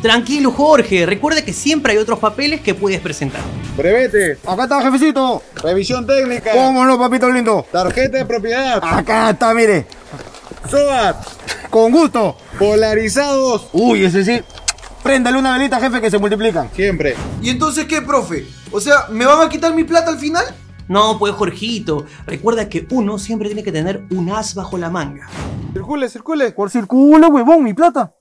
I: Tranquilo, Jorge. Recuerda que siempre hay otros papeles que puedes presentar.
J: Brevete. Acá está, jefecito. Revisión técnica. Vámonos, papito lindo. Tarjeta de propiedad. Acá está, mire. SOAT. Con gusto. Polarizados. Uy, ese sí. Préndale una velita, jefe, que se multiplican. Siempre.
K: ¿Y entonces qué, profe? O sea, ¿me van a quitar mi plata al final?
I: No, pues, Jorgito. Recuerda que uno siempre tiene que tener un as bajo la manga.
J: Circule, circule. Por circula, huevón, mi plata.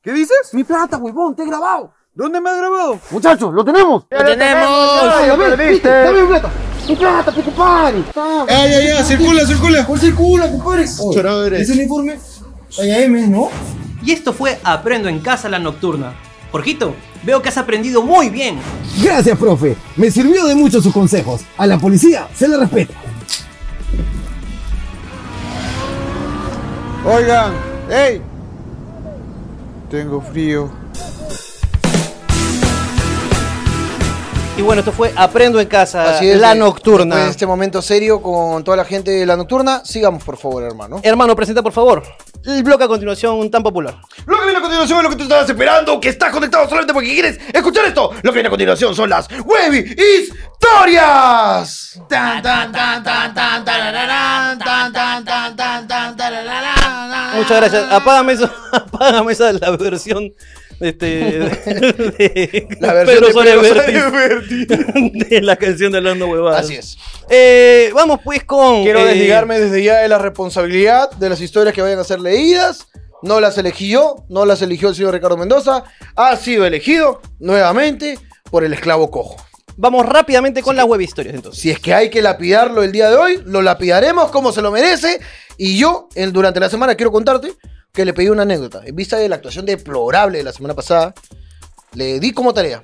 J: ¿Qué dices? Mi plata, huevón, te he grabado. ¿Dónde me has grabado? Muchachos, lo tenemos.
E: ¡Lo tenemos!
J: Ay,
E: ¡Lo
J: a ver,
E: perdiste!
J: viste, Dame mi plata. Mi plata, pico pari.
K: Ay, ay, ay, circula, circula.
J: Por circula, compadre.
K: ¿Es el informe? Ay, ay, me-
I: ¿no? Y esto fue Aprendo en Casa la Nocturna. Jorgito, veo que has aprendido muy bien.
L: Gracias, profe. Me sirvió de mucho sus consejos. A la policía se le respeta.
J: Oigan, hey. Tengo frío.
A: Y bueno, esto fue Aprendo en Casa,
B: Así es,
A: La
B: eh,
A: Nocturna.
B: después de este momento serio con toda la gente de La Nocturna, sigamos por favor, hermano.
A: Hermano, presenta por favor el bloque a continuación tan popular.
B: Lo que viene a continuación es lo que tú estabas esperando, que estás conectado solamente porque quieres escuchar esto. Lo que viene a continuación son las Webby Historias. Tan, tan, tan, tan, tan, tarararán, tan, tan, tan, tan, tan, tarararán.
A: Muchas gracias. Apágame eso, *laughs* apágame esa la versión
B: *laughs*
A: este de,
B: La versión de
A: Soler
B: Pedro
A: Vértiz
B: Soler
A: *laughs* de la canción de Hablando Huevadas.
B: Así es.
A: Eh, vamos pues con
B: Quiero
A: eh,
B: desligarme desde ya de la responsabilidad de las historias que vayan a ser leídas. No las elegí yo, no las eligió el señor Ricardo Mendoza. Ha sido elegido nuevamente por el esclavo cojo.
A: Vamos rápidamente con las web historias entonces.
B: Si es que hay que lapidarlo el día de hoy, lo lapidaremos como se lo merece. Y yo, en- durante la semana, quiero contarte que le pedí una anécdota. En vista de la actuación deplorable de la semana pasada, le di como tarea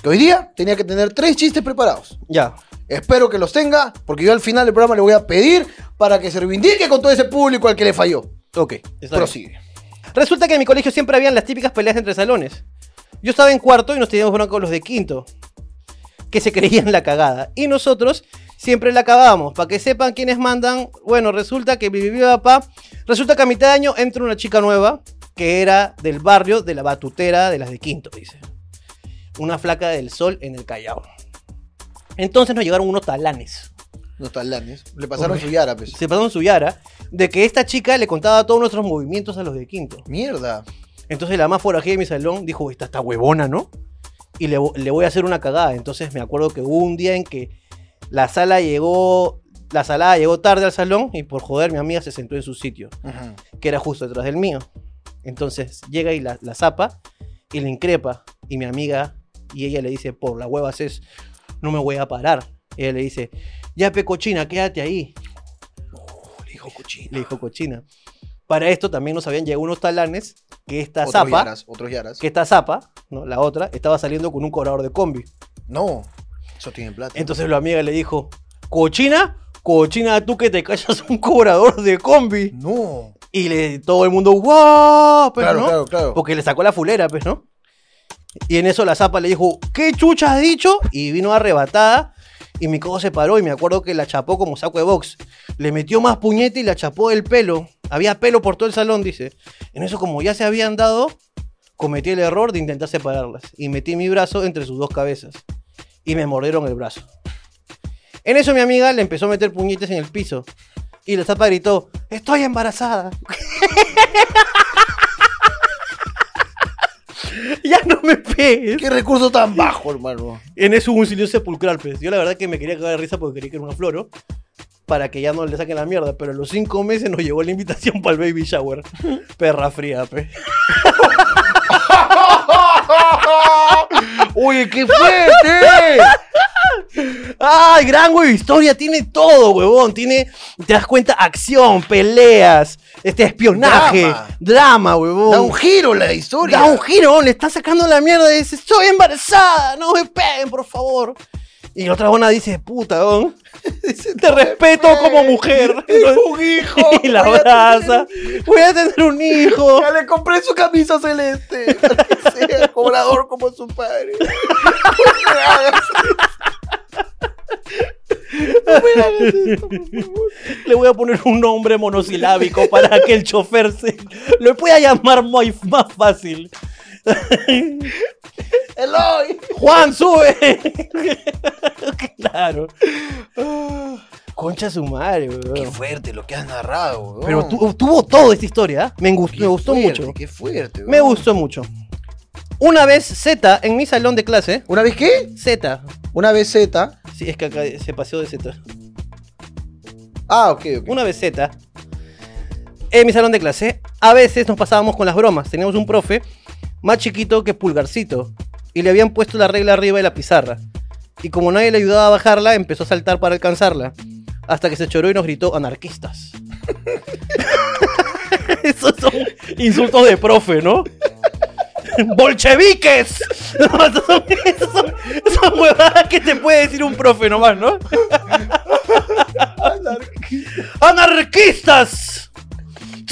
B: que hoy día tenía que tener tres chistes preparados.
A: Ya.
B: Espero que los tenga, porque yo al final del programa le voy a pedir para que se reivindique con todo ese público al que le falló.
A: Ok, bien.
B: prosigue.
A: Resulta que en mi colegio siempre habían las típicas peleas entre salones. Yo estaba en cuarto y nos teníamos bronca con los de quinto, que se *laughs* creían la cagada. Y nosotros siempre la acabábamos. Para que sepan quiénes mandan, bueno, resulta que mi viva papá, resulta que a mitad de año entra una chica nueva que era del barrio de la batutera de las de quinto, dice. Una flaca del sol en el Callao. Entonces nos llegaron unos talanes.
B: No está Lanes. Le pasaron su yara, pues.
A: Se pasaron su yara de que esta chica le contaba todos nuestros movimientos a los de quinto.
B: Mierda.
A: Entonces la más forajida de mi salón dijo, esta está huevona, ¿no? Y le, vo- le voy a hacer una cagada. Entonces me acuerdo que hubo un día en que la sala llegó, la salada llegó tarde al salón y por joder mi amiga se sentó en su sitio, que era justo detrás del mío. Entonces llega y la, la zapa y le increpa. Y mi amiga y ella le dice, por la hueva es, no me voy a parar. Ella le dice, ya pecochina, quédate ahí.
B: le dijo cochina.
A: Le dijo cochina. Para esto también nos habían llegado unos talanes que esta
B: Otros
A: zapa
B: yaras, otros yaras.
A: que esta zapa, ¿no? la otra, estaba saliendo con un cobrador de combi.
B: No, eso tiene plata.
A: Entonces la amiga le dijo, cochina, cochina tú que te callas un cobrador de combi.
B: No.
A: Y le, todo el mundo, guau, pero
B: Claro,
A: ¿no?
B: claro, claro.
A: Porque le sacó la fulera, pues, ¿no? Y en eso la zapa le dijo, ¿qué chucha has dicho? Y vino arrebatada. Y mi cojo se paró y me acuerdo que la chapó como saco de box. Le metió más puñete y la chapó el pelo. Había pelo por todo el salón, dice. En eso, como ya se habían dado, cometí el error de intentar separarlas. Y metí mi brazo entre sus dos cabezas. Y me mordieron el brazo. En eso mi amiga le empezó a meter puñetes en el piso. Y la zapa gritó, estoy embarazada. *laughs* ya no me pegues.
B: Qué recurso tan bajo, hermano.
A: En eso hubo un silencio sepulcral, pues. Yo la verdad que me quería cagar de risa porque quería que era una floro. Para que ya no le saquen la mierda. Pero a los cinco meses nos llegó la invitación para el baby shower. Perra fría, pues. pe.
B: *laughs* Oye, *laughs* qué fuerte.
A: ¡Ay, gran web historia! Tiene todo, huevón. Tiene, te das cuenta, acción, peleas, este espionaje,
B: Drama.
A: drama, huevón.
B: Da un giro la historia.
A: Da un giro, huevón. le está sacando la mierda y dice, estoy embarazada, no me peguen, por favor. Y la otra buena dice, puta, huevón. *laughs* Dice, te respeto como
B: *laughs*
A: mujer.
B: un hijo.
A: *laughs* y la
B: voy a tener-
A: abraza. Voy a tener un hijo.
B: *laughs* Ya le compré su camisa celeste. *laughs* Para que sea cobrador como su padre. *laughs* No me hagas
A: Le voy a poner un nombre *laughs* monosilábico para que el chofer se lo pueda llamar muy, más fácil.
B: Eloy.
A: Juan, sube. *laughs* claro. Ah, Concha su madre, weón.
B: Qué fuerte lo que has narrado, weón.
A: Pero tu- tuvo todo esta historia, ¿ah? me gustó, me gustó
B: fuerte,
A: mucho.
B: Qué fuerte,
A: Me gustó mucho. Una vez Z en mi salón de clase.
B: ¿Una vez qué?
A: Z.
B: Una vez Z.
A: Sí, es que acá se paseó de Z.
B: Ah, ok, ok.
A: Una vez Z. En mi salón de clase, a veces nos pasábamos con las bromas. Teníamos un profe más chiquito que Pulgarcito. Y le habían puesto la regla arriba de la pizarra. Y como nadie le ayudaba a bajarla, empezó a saltar para alcanzarla. Hasta que se choró y nos gritó anarquistas. *laughs* Esos son insultos de profe, ¿no? ¡Bolcheviques! *laughs* No, esas son, esas son- son huevadas que te puede decir un profe nomás, *laughs* ¿no? ¡Anarquistas!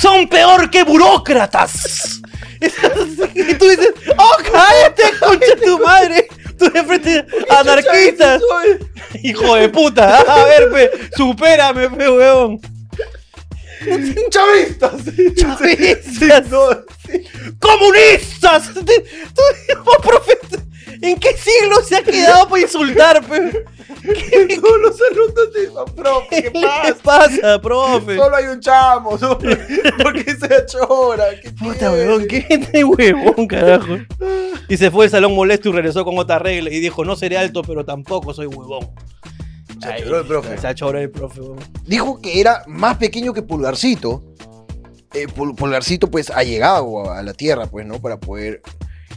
A: ¡Son peor que burócratas! y tú dices, ¡oh, cállate, concha de tu madre! Tú de frente, ¡anarquistas! ¡Hijo de puta! A ver, pe, supérame, pe, huevón.
B: ¡Chavistas! *laughs*
A: ¡Chavistas! *laughs* ¡Comunistas! Tú- tú- oh, profe, ¿En qué siglo se ha quedado para insultar, pe? ¿Qué,
B: Todos los alumnos dicen, profe, *laughs* ¿qué
A: ¿Qué
B: pasa?
A: pasa, profe?
B: Solo hay un chamo, ¿no? *laughs* ¿Por qué se chora? ¿Qué
A: Puta, huevón, qué gente huevón, carajo. Y se fue del salón molesto y regresó con otra regla y dijo, no seré alto, pero tampoco soy huevón.
B: Se achoró el profe.
A: Se achoró el profe, huevón.
B: Dijo que era más pequeño que Pulgarcito. Eh, Pul- Pulgarcito, pues, ha llegado a, a la Tierra, pues, ¿no? Para poder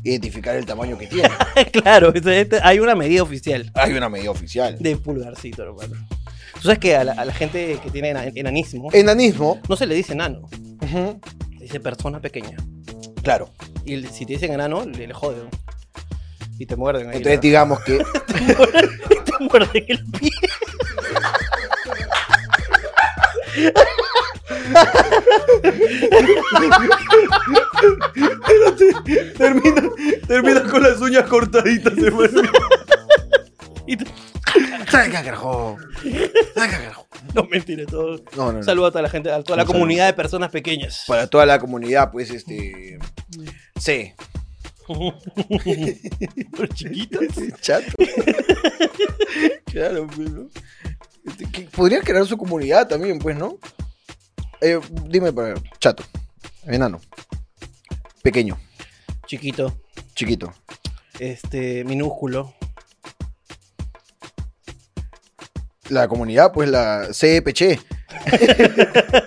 B: identificar el tamaño que *laughs* tiene.
A: *laughs* claro, este- este- hay una medida oficial
B: Hay una medida oficial.
A: de pulgarcito, hermano. Tú sabes que a la, a la gente que tiene ena- enanismo,
B: Enanismo.
A: no se le dice enano, se dice persona pequeña.
B: Claro.
A: Y el- si te dicen enano, le, le joden. Y te muerden. ahí,
B: Entonces,
A: ¿no?
B: digamos *laughs* que.
A: *laughs* te muerden el pie.
K: Termina, termina con las uñas cortaditas.
B: eh.
K: Se vuelve.
B: ¡Saca, carajo! ¡Saca, carajo!
A: No, mentira, todo.
B: No, no, no.
A: Saludo a toda la gente, a toda la
B: Un
A: comunidad de personas pequeñas. *laughs*
B: Para toda la comunidad, pues, este. Sí.
A: Por chiquitos.
B: Chato. *laughs* claro, pues, ¿no? Este, que Podría crear su comunidad también, pues, ¿no? Eh, dime, para chato. Enano. Pequeño.
A: Chiquito,
B: Chiquito.
A: este, minúsculo.
B: La comunidad, pues, la CPC.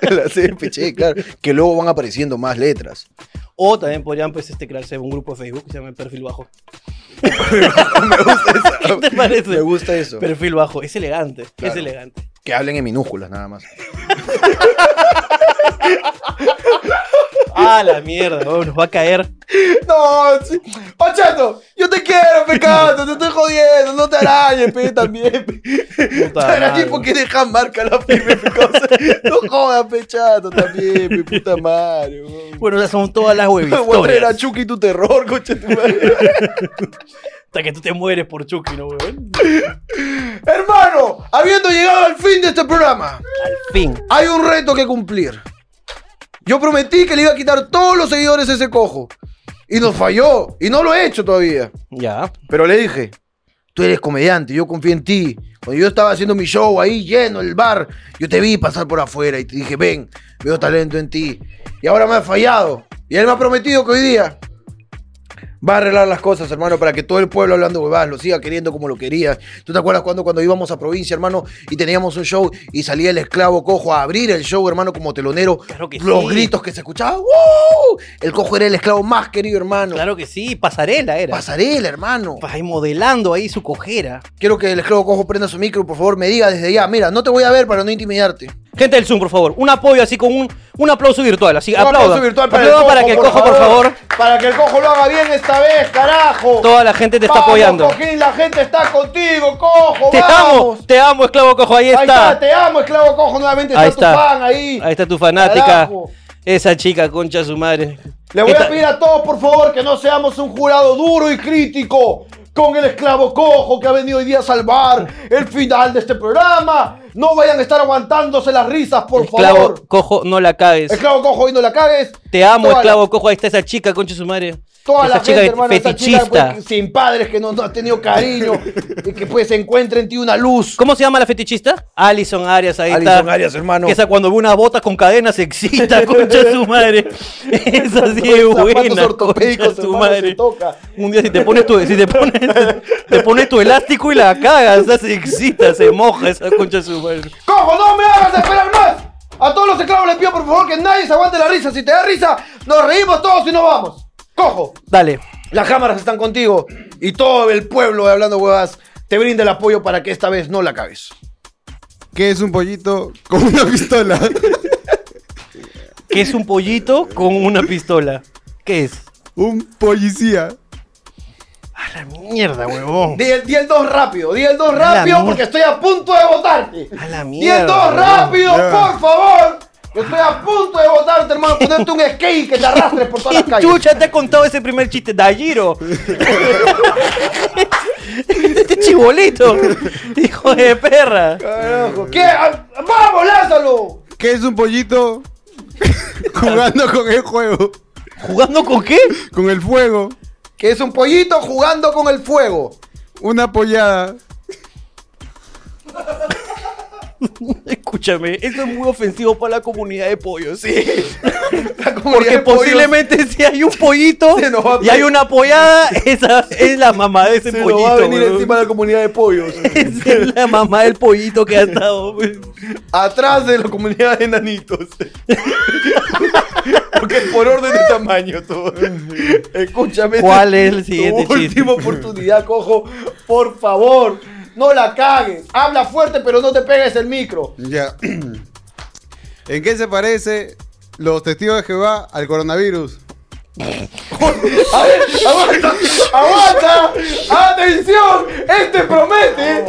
B: *laughs* la CPC, claro. Que luego van apareciendo más *laughs* letras.
A: O también podrían pues, este, crearse un grupo de Facebook que se llama Perfil
B: *laughs*
A: Bajo. ¿Qué te parece?
B: Me gusta eso.
A: Perfil Bajo. Es elegante,
B: Claro.
A: es elegante.
B: Que hablen en minúsculas, nada más.
A: Ah, la mierda, oh, nos va a caer.
B: *laughs* No, sí. Oh, chato, yo te quiero, pecado, te estoy jodiendo, no te arañes, pe, también. pe. Te
A: Puta
B: arañes
A: madre.
B: porque dejas marca la pibe, pe,
A: *laughs*
B: cosa. No jodas, pe, chato, también, pe, puta madre. weón.
A: Bueno, esas son
B: *laughs*
A: todas las
B: Voy a traer a
A: huevistorias.
B: Chucky tu terror, coche tu madre.
A: *laughs* Hasta que tú te mueres por Chucky, ¿no, weón?
B: Hermano, habiendo llegado al fin de este programa,
A: Fin.
B: hay un reto que cumplir. Yo prometí que le iba a quitar todos los seguidores a ese cojo. Y nos falló, y no lo he hecho todavía.
A: Ya.
B: Pero le dije, tú eres comediante, yo confío en ti. Cuando yo estaba haciendo mi show ahí lleno, el bar, yo te vi pasar por afuera y te dije, ven, veo talento en ti. Y ahora me ha fallado. Y él me ha prometido que hoy día va a arreglar las cosas, hermano, para que todo el pueblo hablando huevadas lo siga queriendo como lo quería. ¿Tú te acuerdas cuando, cuando íbamos a provincia, hermano, y teníamos un show y salía el esclavo cojo a abrir el show, hermano, como telonero?
A: Claro que
B: Los
A: sí.
B: gritos que se escuchaban. ¡wow! El cojo era el esclavo más querido, hermano.
A: Claro que sí, pasarela era. Pues
B: Pasarela, hermano.
A: Ahí modelando ahí su cojera.
B: Quiero que el esclavo cojo prenda su micro, por favor, me diga desde ya. Mira, no te voy a ver para no intimidarte.
A: Gente del Zoom, por favor, un apoyo así con un, un aplauso virtual. Así,
B: Un aplauso
A: aplaudan.
B: virtual para,
A: Aplaudan
B: el
A: para
B: cojo,
A: que el cojo, por favor.
B: Para que el cojo lo haga bien esta vez, carajo.
A: Toda la gente te está
B: Vamos,
A: apoyando.
B: Cojín, la gente está contigo, cojo.
A: Te
B: vamos.
A: amo, te amo, esclavo cojo. Ahí
B: Ahí está.
A: está.
B: te amo, esclavo cojo. Nuevamente está,
A: Ahí
B: tu
A: está.
B: fan ahí.
A: Ahí está tu fanática.
B: Carajo.
A: Esa chica, concha su madre.
B: Le voy
A: Esta-
B: a pedir a todos, por favor, que no seamos un jurado duro y crítico con el esclavo cojo que ha venido hoy día a salvar el final de este programa. No vayan a estar aguantándose las risas, por
A: Esclavo
B: favor.
A: cojo, no la cagues.
B: Esclavo cojo, hoy no la cagues.
A: Te amo,
B: Toda la-
A: esclavo cojo. Ahí está esa chica, concha su madre.
B: Toda la
A: Esa chica
B: gente, hermano, esa chica
A: fetichista.
B: pues, sin padres que no, no ha tenido cariño y que pues encuentre en ti una luz.
A: ¿Cómo se llama la fetichista? Alison Arias, ahí está.
B: Alison Arias, hermano.
A: Que esa cuando ve una bota con cadena se excita, *laughs* concha de su madre. Esa sí es
B: Zapatos
A: buena,
B: ortopédicos,
A: concha de su
B: hermano, se
A: madre.
B: toca.
A: Un día si te pones tu, si te pones, te pones tu elástico y la cagas, esa se excita, se moja esa concha de su madre.
B: ¡Cojo, no me hagas esperar más! A todos los esclavos les pido por favor que nadie se aguante la risa. Si te da risa, nos reímos todos y nos vamos. ¡Cojo!
A: Dale.
B: Las cámaras están contigo y todo el pueblo de Hablando Huevas te brinda el apoyo para que esta vez no la cagues.
D: ¿Qué es un pollito con una *laughs* pistola?
A: ¿Qué es un pollito con una pistola? ¿Qué es?
D: Un policía.
A: Mierda, huevón.
B: Di el, di el dos rápido, di el dos rápido
A: mier-
B: porque estoy a punto de votarte. A la Di el
A: mierda,
B: dos
A: huevón.
B: rápido,
A: Ya.
B: por favor. que Estoy a punto de votarte, hermano. Ponerte un skate que te arrastres por todas las calles.
A: Chucha, te he contado ese primer chiste, Dayiro. *laughs* este chibolito, hijo de perra.
B: Carajo, ¿Qué? Ah, ¡Vamos, lázalo!
D: ¿Qué es un pollito *laughs* jugando con el juego?
A: ¿Jugando con qué?
D: Con el fuego.
B: Que es un pollito jugando con el fuego.
D: Una pollada.
A: Escúchame, eso es muy ofensivo para la comunidad de pollos, sí.
B: de *laughs*
A: Porque
B: pollos.
A: posiblemente si hay un pollito
B: Se nos va a
A: y hay una pollada, esa es la mamá de ese
B: Se nos
A: pollito.
B: va a venir
A: weón.
B: encima la comunidad de pollos.
A: *laughs* Esa es la mamá del pollito que ha estado. weón.
B: *laughs* Atrás de la comunidad de enanitos. *laughs* Porque es por orden de tamaño
A: *laughs*
B: todo. Escúchame.
A: ¿Cuál es el siguiente
B: Tu última *laughs* oportunidad, cojo. Por favor, no la cagues. Habla fuerte, pero no te pegues el micro.
D: Ya. *clears throat* ¿En qué se parece los testigos de Jehová al coronavirus?
B: A ver, aguanta, aguanta. Atención, este promete.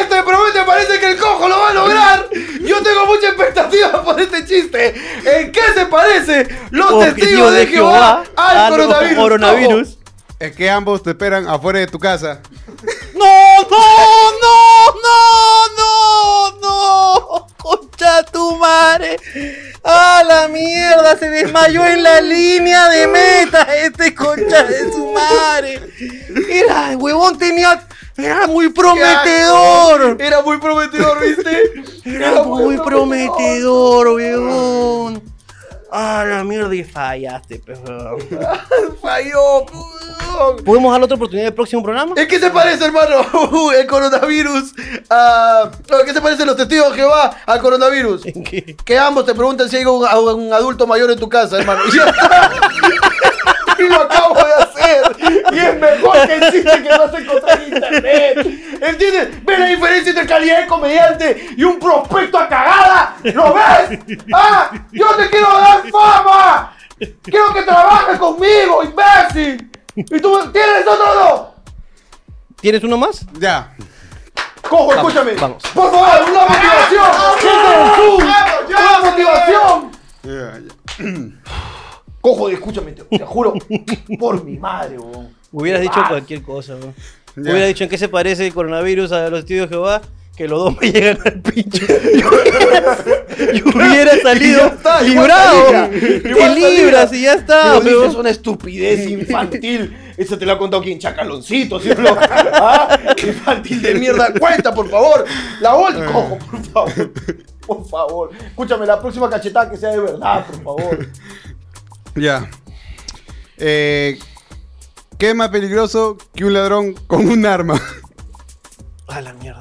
B: Este promete, parece que el cojo lo va a lograr. Yo tengo mucha expectativa por este chiste. ¿En qué se parece los testigos de Jehová al coronavirus? Cojo?
D: Es que ambos te esperan afuera de tu casa.
A: ¡No, no, no, no, no, no! ¡Concha tu madre! ¡A la mierda! Se desmayó en la línea de meta este concha de su madre. Era, el huevón tenía... Era muy prometedor.
B: Era muy prometedor, ¿viste?
A: Era muy prometedor, huevón. ¡A la mierda! Y fallaste, pues, huevón.
B: Falló.
A: ¿Podemos dar otra oportunidad del próximo programa?
B: ¿En qué se parece, hermano, *laughs* el coronavirus? a- no, ¿En qué se parecen los testigos de Jehová al coronavirus?
A: Eh.
B: Que ambos te preguntan si hay un, a un adulto mayor en tu casa, hermano. Y ya está. Y *laughs* lo acabo de hacer. Y es mejor que el chiste que vas a encontrar en internet. ¿Entiendes? ¿Ves la diferencia entre calidad de comediante y un prospecto a cagada? ¿Lo ves? ¡Ah! ¡Yo te quiero dar fama! ¡Quiero que trabajes conmigo, imbécil! ¿Y tú tienes otro no?
A: ¿Tienes uno más?
D: Ya.
B: Cojo,
A: Vamos,
B: escúchame.
A: vamos.
B: Por favor, una motivación. Siéntate en Zoom. Una motivación. Cojo, escúchame, te, te juro. Por mi madre, weón.
A: Hubieras dicho
B: Ah.
A: cualquier cosa, weón.
B: Ya.
A: Hubieras dicho en qué se parece el coronavirus a los tíos de Jehová, que los dos me *laughs* llegan al
B: *laughs*
A: pinche. Y hubiera
B: *laughs* Y ya
A: salido
B: está, igual
A: librado.
B: salía,
A: Te
B: igual salía.
A: libras y ya está,
B: Pero dices,
A: weón.
B: es una estupidez infantil. Esa te la ha contado quien, Chacaloncito, ¿sí o no? ¿Ah? Infantil de mierda. Cuenta, por favor. La ol, cojo, por favor. Por favor. Escúchame, la próxima cachetada que sea de verdad, por favor.
D: Ya. Eh, ¿Qué es más peligroso que un ladrón con un arma? *laughs*
A: A la mierda.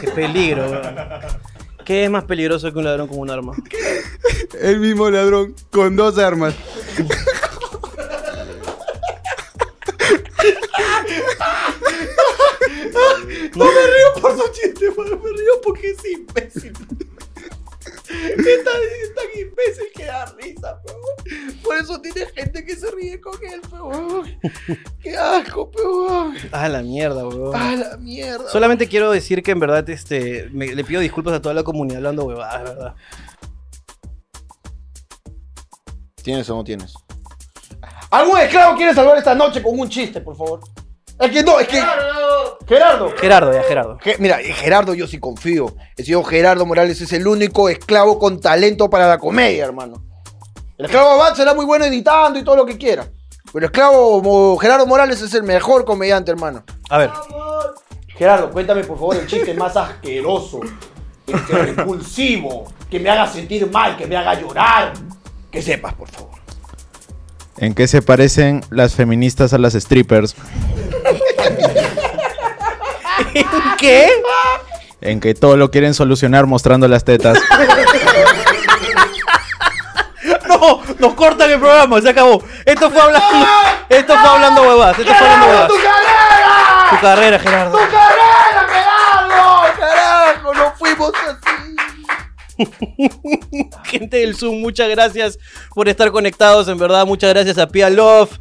A: Qué peligro, weón. ¿Qué es más peligroso que un ladrón con un arma?
D: El mismo ladrón con dos armas.
B: No me río por su chiste, mano, me río porque es imbécil. Es tan, es tan imbécil que da risa, weón. Por eso tiene gente que se ríe con él, weón. Qué asco, weón.
A: A la mierda, weón.
B: A la mierda.
A: Solamente quiero decir que en verdad este, me- le pido disculpas a toda la comunidad hablando huevadas, ¿verdad?
B: ¿Tienes o no tienes? ¿Algún esclavo quiere salvar esta noche con un chiste, por favor? Es que no, es que. Gerardo.
A: Gerardo, ya, Gerardo.
B: Ge- Mira, en Gerardo yo sí confío. El señor Gerardo Morales es el único esclavo con talento para la comedia, hermano. El esclavo Abad será muy bueno editando y todo lo que quiera. El esclavo Mo- Gerardo Morales es el mejor comediante, hermano.
A: A
B: *laughs*
A: ver.
B: Gerardo, cuéntame por favor el chiste más asqueroso, este, repulsivo, que me haga sentir mal, que me haga llorar. Que sepas, por favor.
C: ¿En qué se parecen las feministas a las strippers?
A: ¿Qué?
C: En que todo lo quieren solucionar mostrando las tetas.
B: *laughs*
A: *laughs* No, nos cortan el programa, se acabó. Esto fue hablando. *laughs* Esto fue hablando huevadas. Esto fue hablando huevadas. Tu carrera, Gerardo.
B: ¡Caramba, Gerardo! ¡Carajo! ¡No fuimos así!
A: Gente del Zoom, muchas gracias por estar conectados. En verdad, muchas gracias a Pia Love,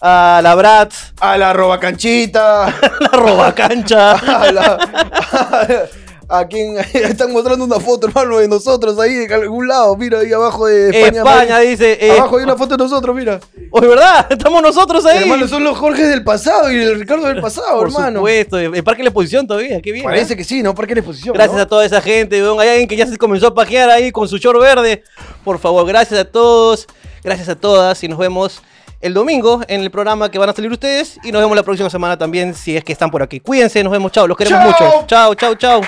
A: a la Brat, *laughs*
B: a la Roba Canchita, a
A: la Roba Cancha,
B: *laughs* a la- *laughs* a quien están mostrando una foto, hermano, de nosotros ahí de algún lado. Mira, ahí abajo de España.
A: España,
B: Madrid.
A: dice, eh,
B: abajo hay una foto de nosotros, mira.
A: Oh, es verdad, *laughs* estamos nosotros ahí.
B: Hermano, son los Jorges del pasado y el Ricardo del pasado,
A: Por
B: hermano.
A: supuesto, el Parque de la Exposición todavía, qué bien.
B: Parece
A: ¿eh?
B: que sí, ¿no? Parque de la exposición.
A: Gracias
B: ¿no?
A: a toda esa gente, weón. Hay alguien que ya se comenzó a pajear ahí con su short verde. Por favor, gracias a todos, gracias a todas y nos vemos el domingo en el programa que van a salir ustedes y nos vemos la próxima semana también si es que están por aquí. Cuídense, nos vemos, chao, los queremos
B: ¡Chao!
A: mucho. Chao, chao, chao.